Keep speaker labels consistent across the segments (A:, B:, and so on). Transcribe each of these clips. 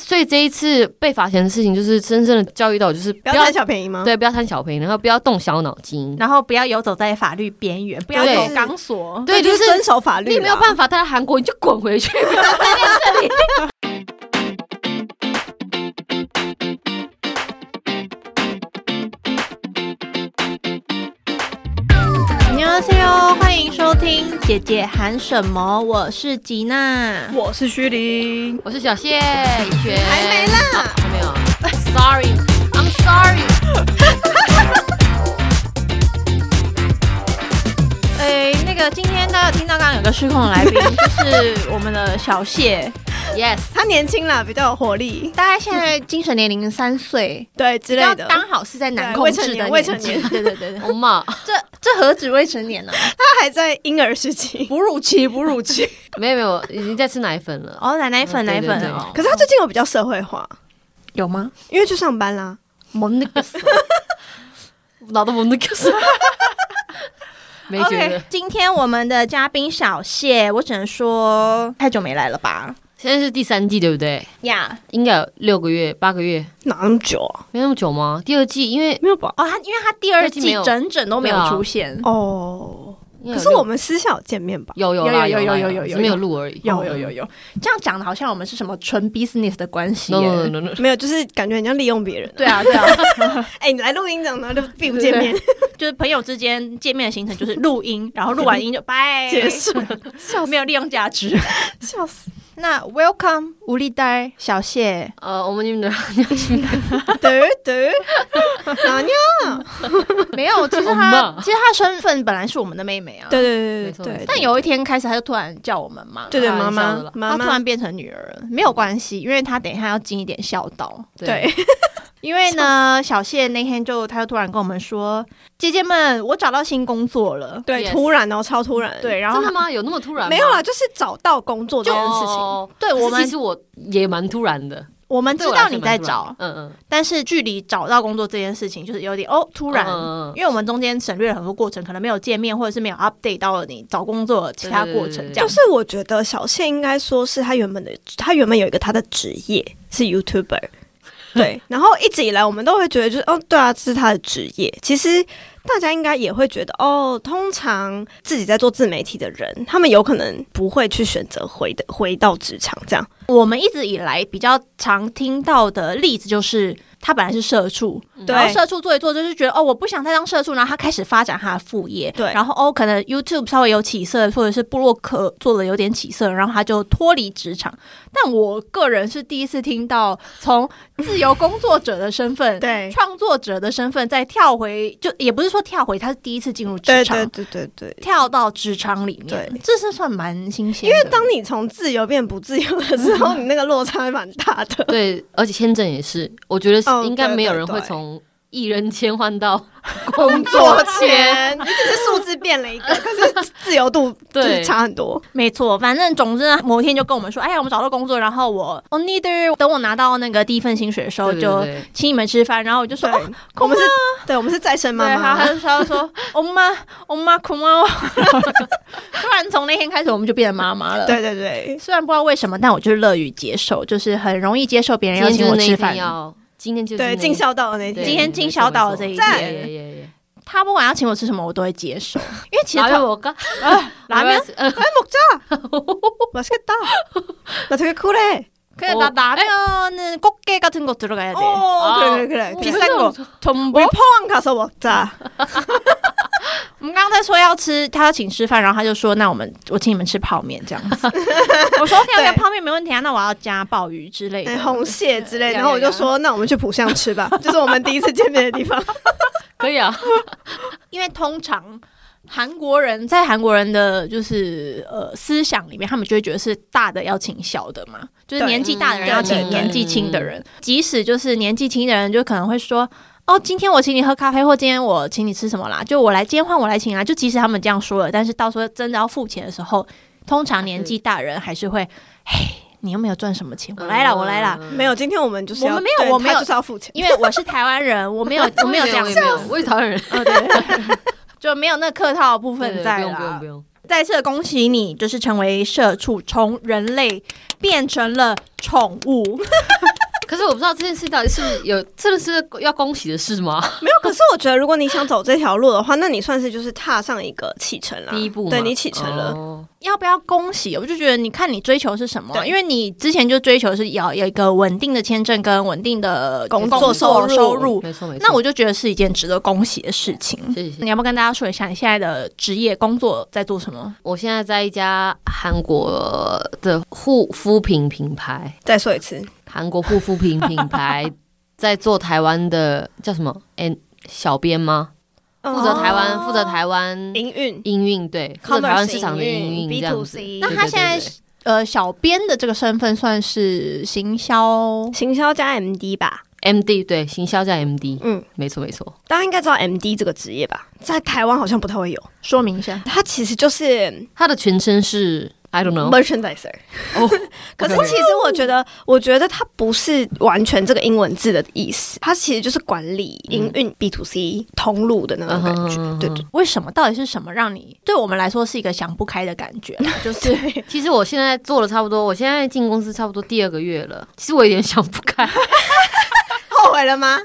A: 所以这一次被罚钱的事情，就是深深的教育到我，就是
B: 不要贪小便宜吗？，
A: 对，不要贪小便宜，然后不要动小脑筋。
C: 然后不要游走在法律边缘，不要
A: 对
C: 走钢索。
A: 对，
B: 就
A: 就是
B: 遵守法律啦。啊
A: 你没有办法待在韩国，你就滚回去， 不要待在这里。
C: 你好哟，欢迎收听《姐姐喊什么》，我是吉娜。
B: 我是虚林，
A: 我是小谢以轩，
B: 还没啦。
A: 还没有，Sorry，I'm sorry。
C: 哎，那个今天大家有听到刚刚有个失控的来宾，就是我们的小谢，
A: Yes，
B: 他年轻啦，比较有活力，
C: 大概现在精神年龄三岁。
B: 对之
C: 要
B: 类的。
C: 当好是在难控制的
B: 对未成
C: 纪
B: 年未成
C: 对对对对，
A: 我嘛，
C: 这这何止未成年呢、啊
B: 他还在婴儿时期，
C: 哺乳期，哺乳期。
A: 没有没有，已经在吃奶粉了。
C: 哦，奶奶粉，
A: 嗯
C: 奶
A: 对对
C: 粉
A: 对
C: 哦。
B: 可是他最近有比较社会化，
C: 有吗？
B: 因为去上班啦。
A: 我那个手，老的我那个手，没觉得。
C: 今天我们的嘉宾小谢，我只能说太久没来了吧？
A: 现在是第三季对不对？
C: 呀、
A: 应该有六个月、八个月，
B: 哪那么久啊？
A: 没那么久吗？第二季因为
B: 没有吧？
C: 哦，他因为他第二
A: 最近没
C: 季
A: 有
C: 整整都没
A: 对
C: 有
A: 啊
C: 出现。
B: 哦，
A: 应该
B: 可
A: 有
B: 是
A: 六
B: 我们私下有见面吧？哦
A: 有有
C: 有
A: 啦
C: 有有
A: 啦
C: 有有有
A: 只
C: 有
A: 是没
C: 有
A: 有录而已。
C: 有有有有，这样讲的好像我们是什么纯 business 的关系
A: ，no
C: 耶
A: no no no no，
B: 没有，就是感觉人家利用别人。
C: 对，啊，对 啊，
B: 哎，你来录音讲，然后就并不见面，
C: 就是朋友之间见面的行程就是录音，然后录完音就 拜
B: 结束，
C: 没有利用价值。
B: 哎 笑死。
C: 那 Welcome 无力呆小谢，
A: 呃，我们你们的
B: 对 对，哪里
C: 没有，其实
A: 我
C: 他
A: 骂
C: 其实他身份本来是我们的妹妹啊，
B: 对对对
A: 没
B: 对
A: 错
B: 对
A: 没错，
C: 但有一天开始他就突然叫我们嘛，
B: 对对
A: 开
B: 妈
A: 玩笑
B: 妈
A: 的啦
B: 妈
C: 他突
B: 妈
C: 然变成女儿了，没有关系，因为他等一下要尽一点孝道。
B: 对，
C: 因为呢，小谢那天就他就突然跟我们说：“姐姐们，我找到新工作了。
B: 对
A: Yes
B: 突然哦，超突
A: 呃
B: 然，
C: 对，然后
A: 真的吗？有那么突然吗？哦
B: 没有啦，就是找到工作这
A: 就
B: 件事情，
C: 对
A: 可是
C: 我们
A: 其实我也蛮突然的，
C: 我们知
A: 对我
C: 道
A: 来说
C: 你
A: 也
C: 在
A: 蛮突然
C: 找
A: 的，嗯嗯，
C: 但是距离找到工作这件事情就是有点哦突然，
A: 嗯嗯嗯
C: 因为我们中间省略了很多过程，可能没有见面，或者是没有 update 到你找工作的其他过
A: 对对
C: 程
A: 对对对
C: 这
B: 就
C: 样。
B: 是我觉得小谢应该说是他原本的，他原本有一个他的职业是 YouTuber，对，然后一直以来我们都会觉得就是哦，对啊，这是他的职业。其实大家应该也会觉得哦，通常自己在做自媒体的人，他们有可能不会去选择回的回到职场这样。
C: 我们一直以来比较常听到的例子就是，他本来是社畜，然后
B: 对
C: 社畜做一做，就是觉得哦，我不想再当社畜，然后他开始发展他的副业，
B: 对
C: 然后哦，可能 YouTube 稍微有起色，或者是部落客做的有点起色，然后他就脱离职场。但我个人是第一次听到从自由工作者的身份。
B: 对
C: 创作者的身份再跳回，就也不是说跳回，他是第一次进入职
B: 对
C: 场，
B: 对对对对。
C: 跳到职场里面
B: 对，
C: 这是算蛮新鲜的。因为
B: 当你从自由变不自由的时候，你那个落差还蛮大的。
A: 对，而且签证也是，我觉得是
B: 哦
A: 应该
B: 对
A: 没有
B: 对
A: 人会
B: 对
A: 从艺人签换 到
B: 工
A: 工
B: 作
A: 作
B: 前
A: 签，，
B: 你只是数字变了一个，可是自由度就是
A: 对
B: 差很多。
C: 没错，反正总之某一天就跟我们说，哎呀，我们找到工作，然后我 on neither，等我拿到那个第一份薪水的时候
A: 对
C: 就
A: 对对
C: 请你们吃饭，然后我就说，
B: 对
C: 哦，，
B: 我们是，对，我们是再生妈
C: 对，他
B: 妈
C: 他。就他就说， 我妈，我妈，哭妈， 突然从那天开始，我们就变成妈妈了。，
B: 对对对，
C: 虽然不知道为什么，但我就是乐于接受，就是很容易接受别人要
A: 今天就
C: 请
A: 是
C: 我
A: 那一
C: 吃
A: 天
C: 饭。
A: 要，今天就是那
B: 对，
A: 一
B: 尽孝道的那一
A: 对
B: 天。
C: 今天进小岛的这一
A: 没错没错
C: 天
A: 耶耶耶耶
C: 他不管要请我吃什么，我都会接受，因为其实
A: 哪
C: 他
A: 有我 刚
C: 啊 拉面，
A: 呃，
B: 맛있겠다나되게쿨해
A: 哎
C: 可以拿拿那锅盖같은거들어가야 돼，
A: 哦
B: 어, 그래 그래 그래.
A: 어,
B: 비싼 거.
C: 전
B: 우
C: 부
B: 리 포항 가서 먹자.
C: 我们刚刚在说要吃，他要请吃饭，然后他就说：“那我们我请你们吃泡面这 样子。”我说：“OK，
B: 对
C: OK，泡面没问题啊，那我要加鲍鱼之类的。
B: 哎红蟹之类的。
C: 呀
B: 然后我
C: 呀
B: 就
C: 呀
B: 说，那我们去浦项吃吧，就是我们第一次见面的地方。
A: 可以啊，
C: 因为通常韩国人在韩国人的就是呃思想里面，他们就会觉得是大的要请小的嘛，就是
B: 对
C: 年纪大的
A: 嗯
C: 人要
B: 对
C: 请
B: 对
C: 年纪轻的人，即使就是年纪轻的人，就可能会说。哦，今天我请你喝咖啡，或今天我请你吃什么啦？就我来，今天换我来请啊！就即使他们这样说了，但是到时候真的要付钱的时候，通常年纪大人还是会，嘿，你又没有赚什么钱，我来啦，我来啦，
A: 嗯，
B: 没有，今天我们就是要
C: 我们没有
B: 对
C: 我没有
B: 他就是要付钱。
C: 因为我是台湾人，我 没有，我没有这样
A: 我也
C: 子
A: 没，有，我也讨厌人，
C: 哦对，就没有那客套的部
A: 对
C: 分
A: 对
C: 在
A: 不
C: 啦。
A: 用不用不用，
C: 再次恭喜你，就是成为社畜，从人类变成了宠物。
A: 可是我不知道这件事到底是不是有，真的是要恭喜的事吗？
B: 没有，可是我觉得如果你想走这条路的话，那你算是就是踏上一个启程 了，
A: 第一步嘛，
B: 对你启程了。
A: 哦
C: 要不要恭喜？我就觉得你看你追求是什么，啊
B: 对
C: 因为你之前就追求是要有一个稳定的签证跟稳定的
B: 工
C: 作
B: 作收入
C: 收入，
A: 没错没错。
C: 那我就觉得是一件值得恭喜的事情。
A: 谢谢
C: 你。要不要跟大家说一下你现在的职业工作在做什么？
A: 我现在在一家韩国的护肤品品牌，
B: 再说一次，
A: 韩国护肤品品 牌在做台湾的叫什么？哎、小编吗？负责台湾，负责台湾
B: 营运，
A: 营运，对，负责台湾市场的
B: 哦 Commerce
A: 营运这样子。
B: B2C
C: 那他现在是呃，小编的这个身份算是行销，
B: 行销加 MD 吧。
A: M D 对行销在 M D，
B: 嗯，
A: 没错没错，
B: 大家应该知道 MD 这个职业吧，在台湾好像不太会有。
C: 说明一下。
B: 它其实就是
A: 它的全称是 I don't know，
B: merchandiser，
A: 哦，
B: 可是其实我觉得，我觉得它不是完全这个英文字的意思，它其实就是管理营运 B to C 通路的那种感觉。
A: 嗯嗯哼
B: 对对
C: 为什么？到底是什么让你对我们来说是一个想不开的感觉？就是
A: 其实我现在做了差不多，我现在进公司差不多第二个月了，其实我有点想不开，
B: 后悔了吗？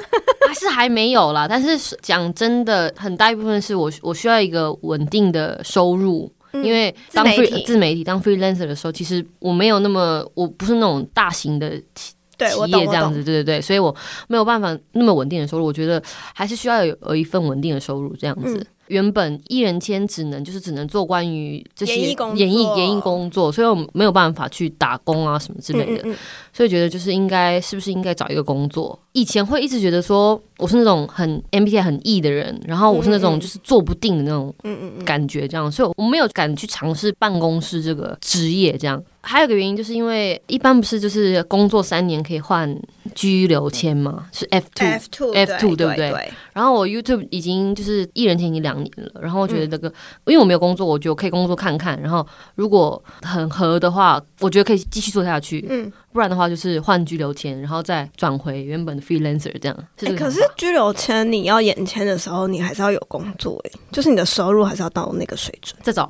A: 还是还没有啦。但是讲真的，很大一部分是我我需要一个稳定的收入。
B: 嗯
A: 因为
B: 自
A: 当
B: 媒
A: free
B: 体
A: 自媒体当 freelancer 的时候，其实我没有那么，我不是那种大型的企
B: 对，我
A: 企
B: 懂，
A: 业
B: 我
A: 这样
B: 懂。
A: 子，对对对，所以我没有办法那么稳定的收入，我觉得还是需要有有一份稳定的收入这样子。
B: 嗯
A: 原本艺人签只能就是只能做关于这些
B: 演艺工作
A: 演艺演艺工作，所以我没有办法去打工啊什么之类的，
B: 嗯嗯
A: 所以觉得就是应该是不是应该找一个工作？以前会一直觉得说我是那种很 MBTI 很 E 的人，然后我是那
B: 嗯嗯
A: 种
B: 嗯
A: 就是做不定的那种
B: 嗯嗯嗯，
A: 感觉这样，所以我没有敢去尝试办公室这个职业这样。还有一个原因，就是因为一般不是就是工作三年可以换居留签嘛，是 F two。
B: F two
A: F2 对不对
B: 对？
A: 然后我 YouTube 已经就是一人前已经两年了，然后我觉得这个，因为我没有工作，我觉得我可以工作看看。然后如果很合的话，我觉得可以继续做下去；
B: 嗯，
A: 不然的话，就是换居留签，然后再转回原本的 freelancer 这样。这
B: 哎
A: 个
B: 可是
A: 想法
B: 居留签你要延签的时候，你还是要有工作，哎，就是你的收入还是要到那个水准。
A: 再 找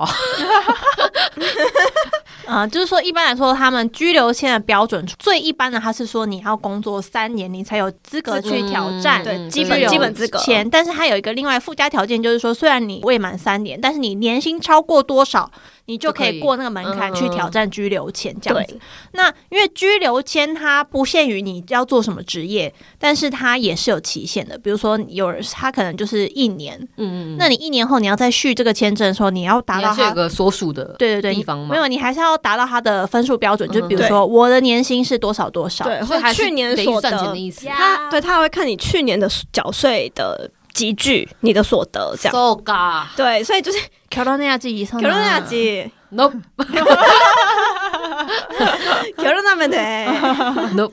A: 啊，
C: 呃，就是说，一般来说，他们居留签的标准最一般的，他是说你要工作三年，你才有资格去挑战
A: 嗯
B: 对基
C: 居留
B: 本
A: 对
B: 基本资格
C: 签。但是它有一个另外附加条件，就是说，虽然你未满三年，但是你年薪超过多少，你就可
A: 就可
C: 以
A: 以
C: 过那个门槛
A: 嗯
C: 去挑战居留签这样
B: 对
C: 子。那因为居留签它不限于你要做什么职业，但是它也是有期限的。比如说有人他可能就是一年，
A: 嗯嗯嗯，
C: 那你一年后你要再续这个签证的时候，你要达
A: 你
C: 到
A: 还是有
C: 它
A: 一个所属的
C: 对对对，
A: 地方嘛
C: 没有，你还是要达到他的分数标准。就比如
B: 嗯
C: 说，我的年薪是多少多少，
B: 对，
A: 所
B: 或
A: 以还
B: 者
A: 是
B: 去年
A: 得一直
B: 所
A: 赚钱
B: 得
A: 的意思。
B: 他对他还会看你去年的缴税的集聚，你的所嗯得这样。
A: So ga
B: 对，所以就是
C: 결혼해야지이성
B: 결혼해야 지
A: no
B: 결혼하면돼
A: no，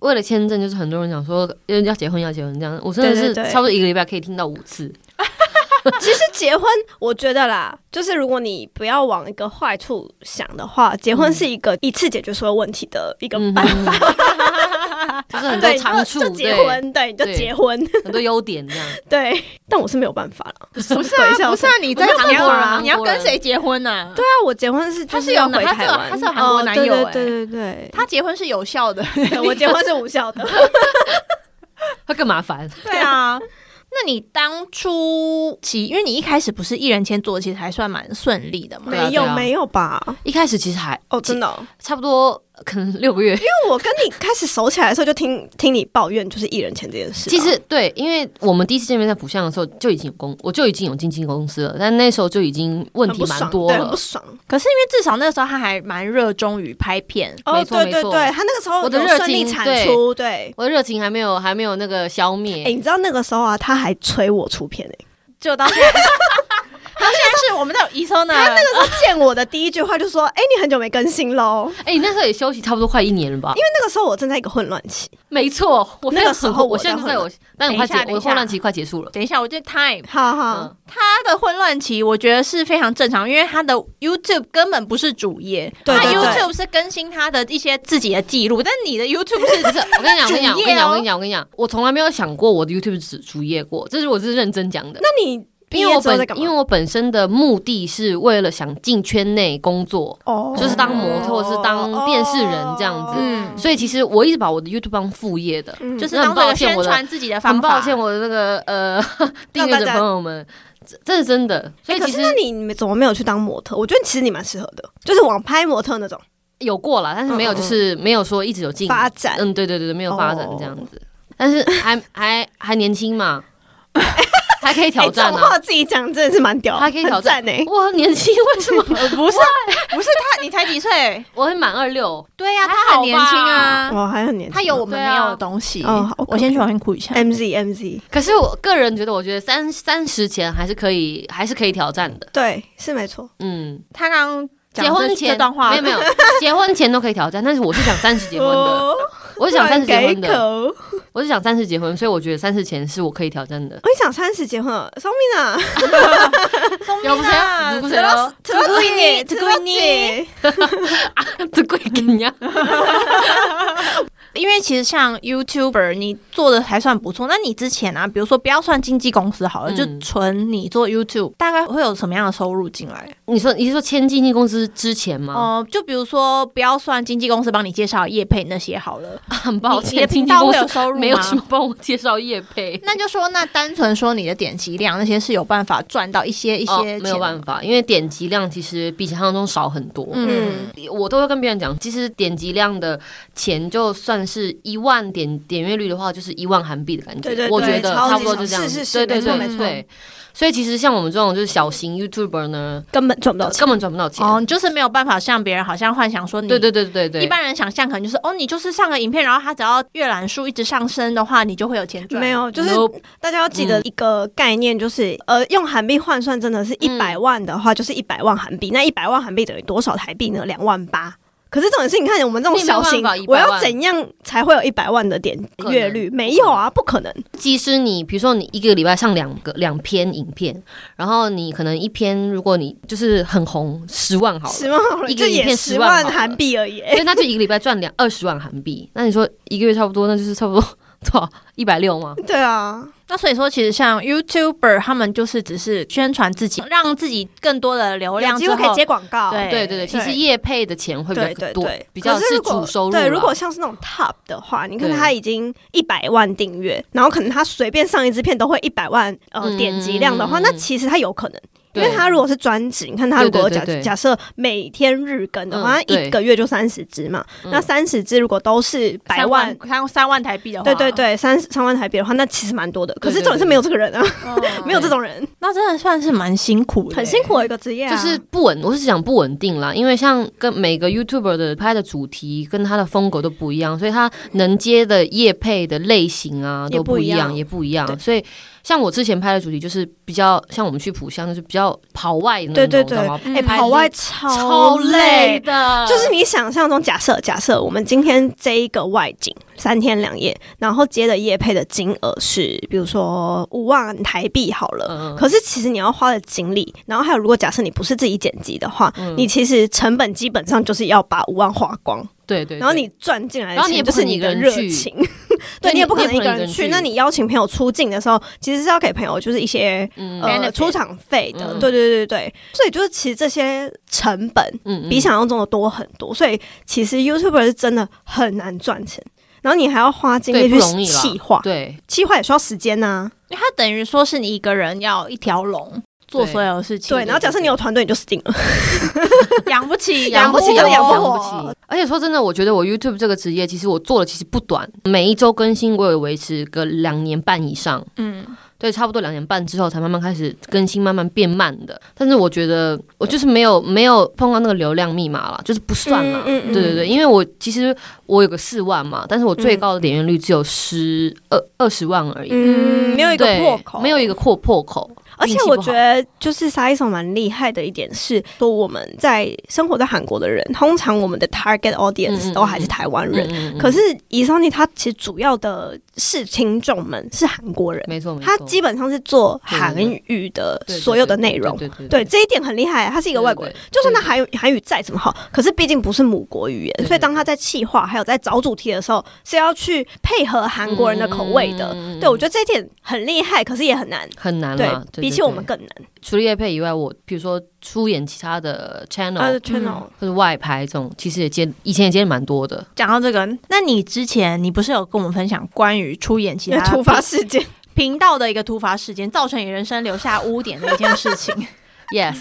A: 为 了签证，就是很多人想说要要结婚要结婚这样，我真的是
B: 对对对
A: 差不多一个礼拜可以听到五次。
B: 其实结婚，我觉得啦，就是如果你不要往一个坏处想的话，结婚是一个一次解决所有问题的一个
A: 嗯
B: 办
A: 哼
B: 法。
A: 就是很多
B: 对，你
A: 长
B: 就
A: 处，
B: 就结
A: 对，
B: 婚，对，你就
A: 对
B: 结婚，
A: 很多优点这样。
B: 对。但我是没有办法了。
C: 不是啊，不是啊，你在
A: 我是
C: 韩
A: 韩
C: 国
A: 国人
C: 啊，
A: 韩
C: 你要
A: 国
C: 跟
A: 人
C: 谁结婚呢？对
B: 对，啊，我结婚是
C: 他
B: 就是是
C: 有
B: 要
C: 男
B: 回台
C: 他是有
B: 湾，
C: 他是有韩国
B: 哦
C: 男
B: 对
C: 友
B: 对
C: 欸
B: 对对对
C: 他结婚是有效的。
B: 对， 啊我结婚是无效 的。
A: 会更麻烦，
C: 对啊。那你当初起，因为你一开始不是一人签做，其实还算蛮顺利的嘛。
A: 对啊
B: 没
A: 对
B: 有
A: 啊
B: 没有吧？
A: 一开始其实还
B: 哦，真的哦。
A: 差不多，可能六个月。
B: 因为我跟你开始熟起来的时候，就听听你抱怨就是艺人钱这件事啊。
A: 其实对，因为我们第一次见面在浦项的时候就已经有公，我就已经有经纪公司了，但那时候就已经问
B: 很
A: 题
B: 不
A: 蛮
B: 爽，
A: 多
B: 对，很
A: 了
B: 不。爽。
C: 可是因为至少那时候他还蛮热衷于拍片，
A: 没
B: 哦，
A: 错
B: 对
A: 没
B: 对
A: 错
B: 对，他那个时候
A: 我的
B: 有
A: 热
B: 顺利
A: 情
B: 产
A: 对
B: 出，对。
A: 我的热情还没有还没有那个消
B: 哎、
A: 灭，
B: 你知道那个时候啊，他还催我出片哎、
C: 就到现在， 他现在是我们的医生呢。
B: 他那个时候见我的第一句话就说：“哎、你很久没更新喽。
A: 哎，你那时候也休息差不多快一年了吧？”
B: 因为那个时候我正在一个混乱期。
A: 没错，我
B: 那个
A: 非常
B: 时候
A: 我
B: 我
A: 现在
B: 在
A: 就在
B: 混
A: 我，但我快结
C: 等一下，等
A: 我
C: 一下
A: 混乱期快结束了。
C: 等一下，我对 time
B: 好
A: 嗯
B: 好，，
C: 他的混乱期，我觉得是非常正常，因为他的 YouTube 根本不是主业，
B: 对
C: 他
B: 对对
C: YouTube 是更新他的一些自己的记录，但你的 YouTube 是
A: 不是，我跟你讲，我跟你讲，我跟
C: 主
A: 你
C: 页
A: 讲，
C: 哦
A: 我跟你讲，我跟你讲，我从来没有想过我的 YouTube 主主页过，这是我是认真讲的。
B: 那你
A: 因
B: 毕业
A: 为我
B: 之后在干
A: 本
B: 嘛？
A: 因为我本身的目的是为了想进圈内工作，
B: 哦
A: 就是当模特或者是当电视人这样子
C: 嗯
A: 所以其实我一直把我的 YouTube 当副业的。
B: 嗯
C: 就是
A: 那很
C: 当做一
A: 抱
C: 个
A: 歉
C: 宣
A: 我的
C: 传自己的
A: 很
C: 方法。
A: 抱歉，我的那个 呃订阅
B: 让大
A: 的
B: 家
A: 朋友们，这这是真的。所以
B: 可
A: 其
B: 是
A: 实
B: 那你你们怎么没有去当模特？我觉得其实你蛮适合的，就是网拍模特那种
A: 有过啦，但是没有，
B: 嗯嗯
A: 就是没有说一直有进
B: 发展。
A: 嗯，对对对对，没有发展
B: 哦
A: 这样子，但是还 还还年轻 嘛，还可以挑战
B: 哎这种
A: 啊
B: 话。自己讲真的是蛮屌，
A: 还可以挑战
B: 呢、欸。
A: 我很年轻，为什么？
C: 呃 不是不是他，你才几岁？
A: 我会满二六，
C: 对呀、
A: 还
C: 他
A: 好
C: 很年轻啊，
B: 哇，还很年轻。
C: 他有我们
A: 对
C: 没
A: 啊
C: 有的东西。
B: 哦好，OK，
C: 我先去旁边哭一下。
B: MZ MZ，
A: 可是我个人觉得，我觉得三三十前还是可以，还是可以挑战的。
B: 对，是没错。
A: 嗯，
C: 他刚讲
A: 结婚
C: 这
A: 前
C: 这段话
A: 没有 没有，结婚前都可以挑战，但是我是想三十结婚的，
B: 哦
A: 我是想三十结婚
B: 突然改
A: 的，
B: 口
A: 我是想三十结婚，所以我觉得三十前是我可以挑战的。
B: 我想三十结婚了，聪 明啊！
A: 有不谁啊？有不谁啊？
B: 这个 你，这个
C: 这
B: 你，
A: 这贵你呀！
C: 因为其实像 YouTuber，你做的还算不错。那你之前啊，比如说不要算经纪公司好了，
A: 嗯
C: 就纯你做 YouTube，大概会有什么样的收入进来？
A: 你说你是说签经纪公司之前吗？
C: 哦、就比如说不要算经纪公司帮你介绍业配那些好了，
A: 很抱
C: 你你
A: 歉，
C: 的频
A: 经纪
C: 道
A: 公
C: 会有
A: 司
C: 收入吗？
A: 没有什么帮我介绍业配。
C: 那就说，那单纯说你的点击量那些是有办法赚到一些一些
A: 哦
C: 钱、，
A: 没有办。法，因为点击量其实比想象中少很多。
C: 嗯，
A: 我都会跟别人讲，其实点击量的钱就算是一万点点阅率的话，就是一万韩币的感觉。
B: 对对
A: 我觉
B: 对
A: 得
B: 超
A: 差
B: 级
A: 不多
B: 少
A: 就这样子。
B: 是是是
A: 对
B: 没
C: 错
A: 对
C: 没
A: 对
C: 错
A: 对。所以其实像我们这种就是小型 YouTuber 呢，
B: 根本赚不到钱。
A: 根本赚不到钱。
C: 哦，你就是没有办法像别人好像幻想说你
A: 对对对对对，
C: 一般人想象可能就是哦，你就是上个影片，然后他只要阅览数一直上升的话，你就会有钱赚。
B: 没有，就是
A: Nope 嗯
B: 大家要记得一个概念，就是、呃，用韩币换算，真的是一百万的话，就是一百万韩币。那一百万韩币等于多少台币呢？两万八。可是这种事，你看我们这种小型
A: 没办法，100
B: 我
A: 万
B: 要怎样才会有一百万的点阅率？没有啊，不可能。
A: 即使你比如说你一个礼拜上两个两篇影片，然后你可能一篇如果你就是很红十万好了，
B: 十万好了，
A: 一个
B: 这
A: 影
B: 也
A: 片
B: 十
A: 10万好
B: 万
A: 了
B: 韩币而已。
A: 所以那就一个礼拜赚两二十万韩币，那你说一个月差不多，那就是差不多多少一百六吗？
B: 对啊，
C: 那所以说，其实像 YouTuber 他们就是只是宣传自己，让自己更多的流量
B: 有机
C: 之
B: 会
C: 后，
B: 可以接广告。
C: 对
A: 对对对，其实
B: 对
A: 业配的钱会比
B: 对
A: 较
B: 对
A: 多，
B: 对，
A: 比较
B: 可是如果
A: 主收入啦。
B: 对，如果像是那种 top 的话，你看
A: 对
B: 他已经一百万订阅，然后可能他随便上一支片都会一百万呃
A: 嗯
B: 点击量的话，
A: 嗯嗯
B: 那其实他有可能。因
A: 对
B: 为他如果是专职，你看他如果
A: 对对
B: 假
A: 对对
B: 假设每天日更的
A: 嗯
B: 话，他一
A: 对
B: 个月就三十支嘛，
A: 嗯
B: 那三十支如果都是百
C: 三
B: 万
C: 万，三三万台币的话，
B: 对对对，三三万台币的话，那其实蛮多的。可是
A: 对对
B: 重点是没有这个人啊，
C: 哦，
B: 没有这种人，
C: 那真的算是蛮辛苦的，
B: 很辛。苦的一个职业啊，
A: 就是不稳，我是讲不稳定啦，因为像跟每个 YouTuber 的拍的主题跟他的风格都不一样，所以他能接的业配的类型啊
B: 也
A: 都
B: 不
A: 不
B: 一
A: 一
B: 样
A: 样，也不一
B: 对
A: 样。所以像我之前拍的主题就是比较像我们去浦乡，就是比较跑外的那
B: 对对
A: 种，
B: 对
A: 知道吗？
B: 哎、
C: 嗯
B: 跑外
A: 超
B: 超
A: 累的，
B: 就是你想象中，假设假设我们今天这一个外景三天两夜，然后接的夜配的金额是，比如说五万台币好了。
A: 嗯。
B: 可是其实你要花的精力，然后还有，如果假设你不是自己剪辑的话，
A: 嗯
B: 你其实成本基本上就是要把五万花光，
A: 对对，
B: 然后
A: 对
B: 你赚进来的
A: 然后你
B: 钱
A: 也
B: 就
A: 不
B: 是
A: 可能
B: 你
A: 一个
B: 的
A: 人
B: 热
A: 去
B: 情，对
A: 对
B: 你也不
A: 你
B: 可能
A: 也
B: 一
A: 不能
B: 个
A: 一个
B: 人
A: 人
B: 去。
A: 去
B: 那你邀请朋友出镜的时候，其实是要给朋友就是一些
A: 嗯
B: 呃
C: Benefit
B: 出场费的，
A: 嗯
B: 对对对对，所以就是其实这些成本
A: 嗯嗯
B: 比想象中的多很多，所以其实 YouTuber 是真的很难赚钱，然后你还要花精力
A: 对不
B: 去
A: 容易啦
B: 企划，
A: 对
B: 企划也需要时间啊呐、
C: 因为他等于说是你一个人要一条龙做所有事情，
B: 对，然后假设你有团队，你就死定了，
C: 养不 起，
B: 养不
C: 不
B: 起
C: 起
B: 真的养
A: 不
B: 不
A: 起
B: 活。
A: 而且说真的，我觉得我 YouTube 这个职业，其实我做的其实不短，每一周更新我有维持个两年半以上，
C: 嗯，
A: 对，差不多两年半之后才慢慢开始更新，慢慢变慢的。但是我觉得我就是没有没有碰到那个流量密码了，就是不算了。
B: 嗯嗯嗯
A: 对对对，因为我其实我有个四万嘛，但是我最高的点阅率只有十二二十万而已。
B: 嗯，没有一个
A: 对
B: 破口，
A: 没有一个破破口，
B: 而且
A: 运气
B: 我
A: 不好
B: 觉得，就是沙一手蛮厉害的一点是，说我们在生活在韩国的人，通常我们的 target
A: 嗯
B: audience
A: 嗯
B: 都还是台湾人。
A: 嗯嗯嗯
B: 可是以上帝他其实主要的是听众们是韩国人，
A: 没错没
B: 他
A: 错，
B: 基本上是做韩语的
A: 对对对
B: 所有的内容。
A: 对对
B: 对这一点很厉害，他是一个外国人。
A: 对对对
B: 就算他
A: 对对
B: 韩语韩语再怎么好，可是毕竟不是母国语
A: 对
B: 言，
A: 对
B: 所以当他在企划还有在找主题的时候，是要去配合韩国人的口味的。
A: 嗯
B: 对我觉得这一点很厉害，可是也很难。
A: 很难
B: 对
A: 啦，，对
B: 比起我们更难。
A: 除了业配以外，我比如说出演其他的 channel、
B: 呃
C: ，channel
A: 或者外拍这种，其实也接以前也接蛮多的。
C: 讲到这个，那你之前你不是有跟我们分享关于出演其
B: 因为
C: 他
B: 突发事件，
C: 频道的一个突发事件，造成你人生留下污点的一件事情？
A: Yes，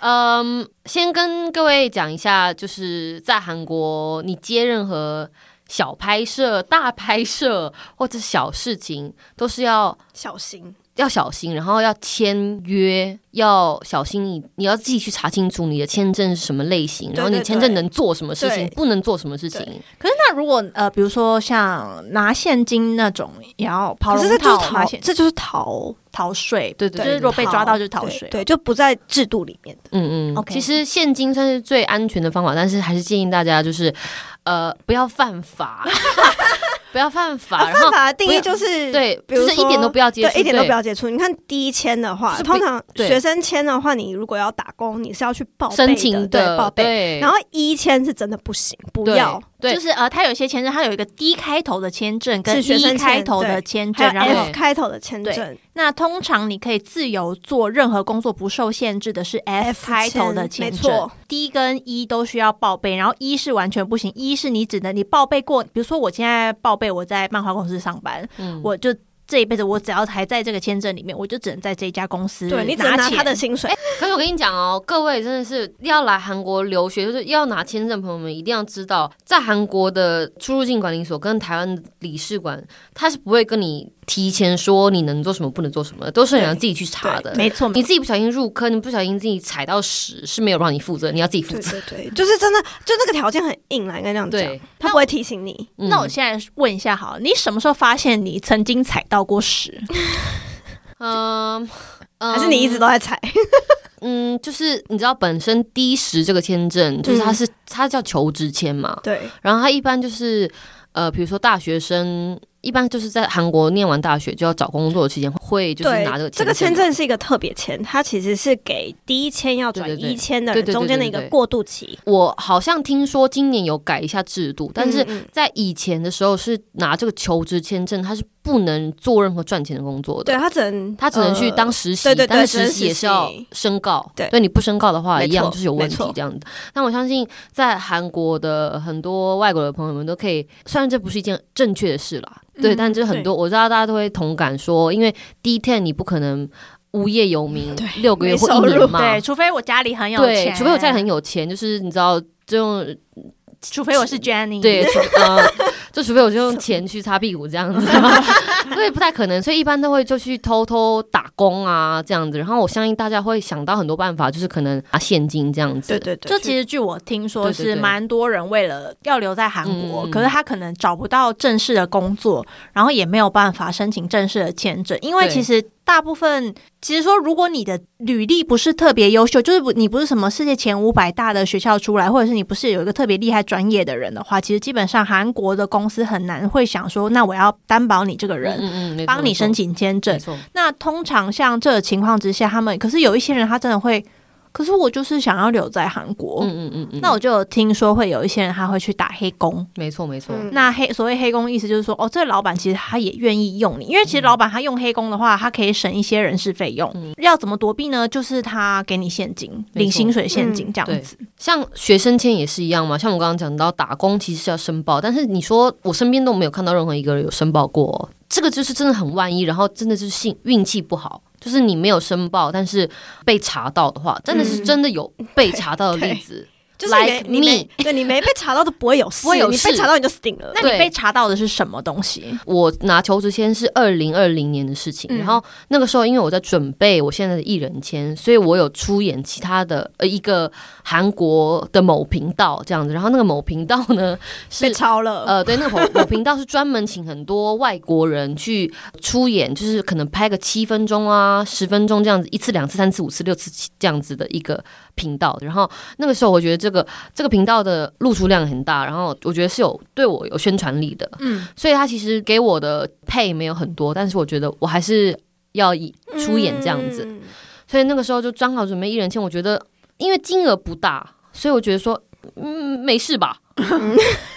A: 嗯、先跟各位讲一下，就是在韩国，你接任何小拍摄、大拍摄或者小事情，都是要
B: 小心。
A: 要小心，然后要签约，要小心你，你要自己去查清楚你的签证是什么类型，
B: 对
A: 然后你
B: 对
A: 签证
B: 对
A: 能做什么事情
B: 对，
A: 不能做什么事
B: 对
A: 情。
C: 可是那如果呃，比如说像拿现金那种，也要跑
B: 可是
C: 龙
B: 这就是
C: 套、拿
B: 逃，
C: 现
B: 这就是逃。
C: 逃税，
A: 对对对
C: 就是如果被抓到就是逃
B: 对
C: 税。
B: 对，就不在制度里面的。
A: 嗯嗯
C: OK
A: 其实现金算是最安全的方法，但是还是建议大家就是，呃，不要犯 法， 不要犯法，
B: 啊，
A: 然后
B: 犯法的定
A: 不
B: 义
A: 要
B: 就是
A: 对，
B: 比如
A: 就是一点
B: 说
A: 都不要接触，
B: 对，一点都不要接触。你看第一签的话
A: 就，是不
B: 通常
A: 对
B: 学生签的话，你如果要打工，你是要去报备
A: 申请
B: 对报备。
A: 对，
B: 然后一签是真的不行，不
A: 对
B: 要。
A: 对
C: 就是呃，它有一些签证，它有一个 D 开头的签证跟
B: 是学
C: E
B: 生签
C: 开头的签
B: 还
C: 证，
B: 有
C: 然后
B: F 开头的签证，
C: 那通常你可以自由做任何工作，不受限制的是 F
B: F
C: 开头的
B: 签
C: 签
B: 没
C: 证
B: 错
C: ，D 跟 E 都需要报备，然后 E 是完全不行，E 是你只能你报备过，比如说我现在报备我在漫画公司上班，
A: 嗯
C: 我就这一辈子我只要还在这个签证里面，我就只能在这一家公司
B: 对你只能
C: 嗯拿
B: 拿
C: 钱
B: 他的薪水。
A: 可是我跟你讲哦，各位真的是要来韩国留学，就是要拿签证，朋友们一定要知道，在韩国的出入境管理所跟台湾的领事馆，他是不会跟你提前说你能做什么，不能做什么的，都是你要自己去查的。
C: 没错，没
A: 你
C: 错
A: 自己不小心入坑，你不小心自己踩到屎是没有让你负责，你要自己负
B: 对
A: 责。
B: 对对，就是真的，就那个条件很硬啦，应该这样讲。
A: 对，
B: 他不会提醒你，
A: 嗯
C: 那我现在问一下，好了，你什么时候发现你曾经踩到过屎？
A: 嗯，嗯
B: 还是你一直都在踩？
A: 嗯，就是你知道本身低时这个签证，就是
B: 嗯
A: 它是、它叫求职签嘛，
B: 对，
A: 然后它一般就是呃，比如说大学生，一般就是在韩国念完大学就要找工作的期间，会就是
B: 对
A: 拿这个，
B: 这个签证是一个特别签，它其实是给第一签要转
A: 对对对
B: 一签的
A: 对对对
B: 人中间的
A: 对
B: 一个
A: 对
B: 过渡期。
A: 我好像听说今年有改一下制度，但是
B: 嗯嗯
A: 在以前的时候是拿这个求职签证，它是不能做任何赚钱的工作
B: 对
A: 的。
B: 他只能
A: 他只能去
B: 呃
A: 当实习，
B: 对对对
A: 但是
B: 只
A: 实
B: 能
A: 习也
B: 实
A: 是要
B: 习
A: 申告，
B: 对
A: 你不申告的话，
B: 没
A: 一样
B: 错
A: 就是有问题
B: 没错
A: 这样子。但我相信，在韩国的很多外国的朋友们都可以，虽然这不是一件正确的事啦，对，
C: 嗯
A: 但这很多我知道大家都会同感说，因为 D ten 你不可能无业游民
B: 嗯对
A: 六个月
B: 没
A: 或
B: 收
A: 一年
B: 入
A: 嘛，
C: 对，除非我家里很有
A: 对
C: 钱，
A: 除非我家里很有钱，就是你知道这种
C: 除非我是 Jenny，
A: 对，除呃，就除非我就用钱去擦屁股这样子， 所以不太可能，所以一般都会就去偷偷打工啊这样子。然后我相信大家会想到很多办法，就是可能拿现金这样子。
B: 对对对，
C: 这其实据我听说
A: 对对对
C: 是蛮多人为了要留在韩国，
A: 嗯
C: 可是他可能找不到正式的工作，然后也没有办法申请正式的签证，因为
A: 对
C: 其实大部分其实说，如果你的履历不是特别优秀，就是不你不是什么世界前五百大的学校出来，或者是你不是有一个特别厉害专业的人的话，其实基本上韩国的公司很难会想说，那我要担保你这个人，
A: 嗯嗯嗯，
C: 帮你申请签证
A: 证，没。错
C: 那通常像这个情况之下，他们可是有一些人他真的会，可是我就是想要留在韩国。
A: 嗯嗯嗯嗯，
C: 那我就有听说会有一些人他会去打黑工。
A: 没错没错，
B: 嗯
C: 那黑所谓黑工意思就是说，哦，这个老板其实他也愿意用你，因为
A: 嗯
C: 其实老板他用黑工的话，他可以省一些人事费用。要怎么躲避呢？就是他给你现金，
A: 没错
C: 领薪水现金
B: 嗯
C: 这样
A: 对
C: 子。
A: 像学生签也是一样嘛，像我刚刚讲到打工其实是要申报，但是你说我身边都没有看到任何一个人有申报过哦、这个就是真的很万一，然后真的就是幸运气不好，就是你没有申报，但是被查到的话，真的是
B: 嗯
A: 真的有被查到的 例子。
B: 就是你
A: like
B: 没你没对你没被查到都不会有事，
A: 不会有
B: 你
A: 事
B: 被查到你就死定了。
C: 那你
A: 对
C: 被查到的是什么东西？
A: 我拿求职签是二零二零年的事情，
C: 嗯
A: 然后那个时候因为我在准备我现在的艺人签，所以我有出演其他的呃一个韩国的某频道这样子，然后那个某频道呢是
B: 被抄了，
A: 呃，对，那个某某频道是专门请很多外国人去出演，就是可能拍个七分钟啊、十分钟这样子，一次、两次、三次、五次、六次这样子的一个频道。然后那个时候，我觉得这个这个频道的露出量很大，然后我觉得是有对我有宣传力的，
C: 嗯，
A: 所以他其实给我的配没有很多，但是我觉得我还是。要以呃出演这样子。
B: 嗯
A: 所以那个时候就刚好准备一人签，我觉得因为金额不大，所以我觉得说，嗯，没事吧？
C: 嗯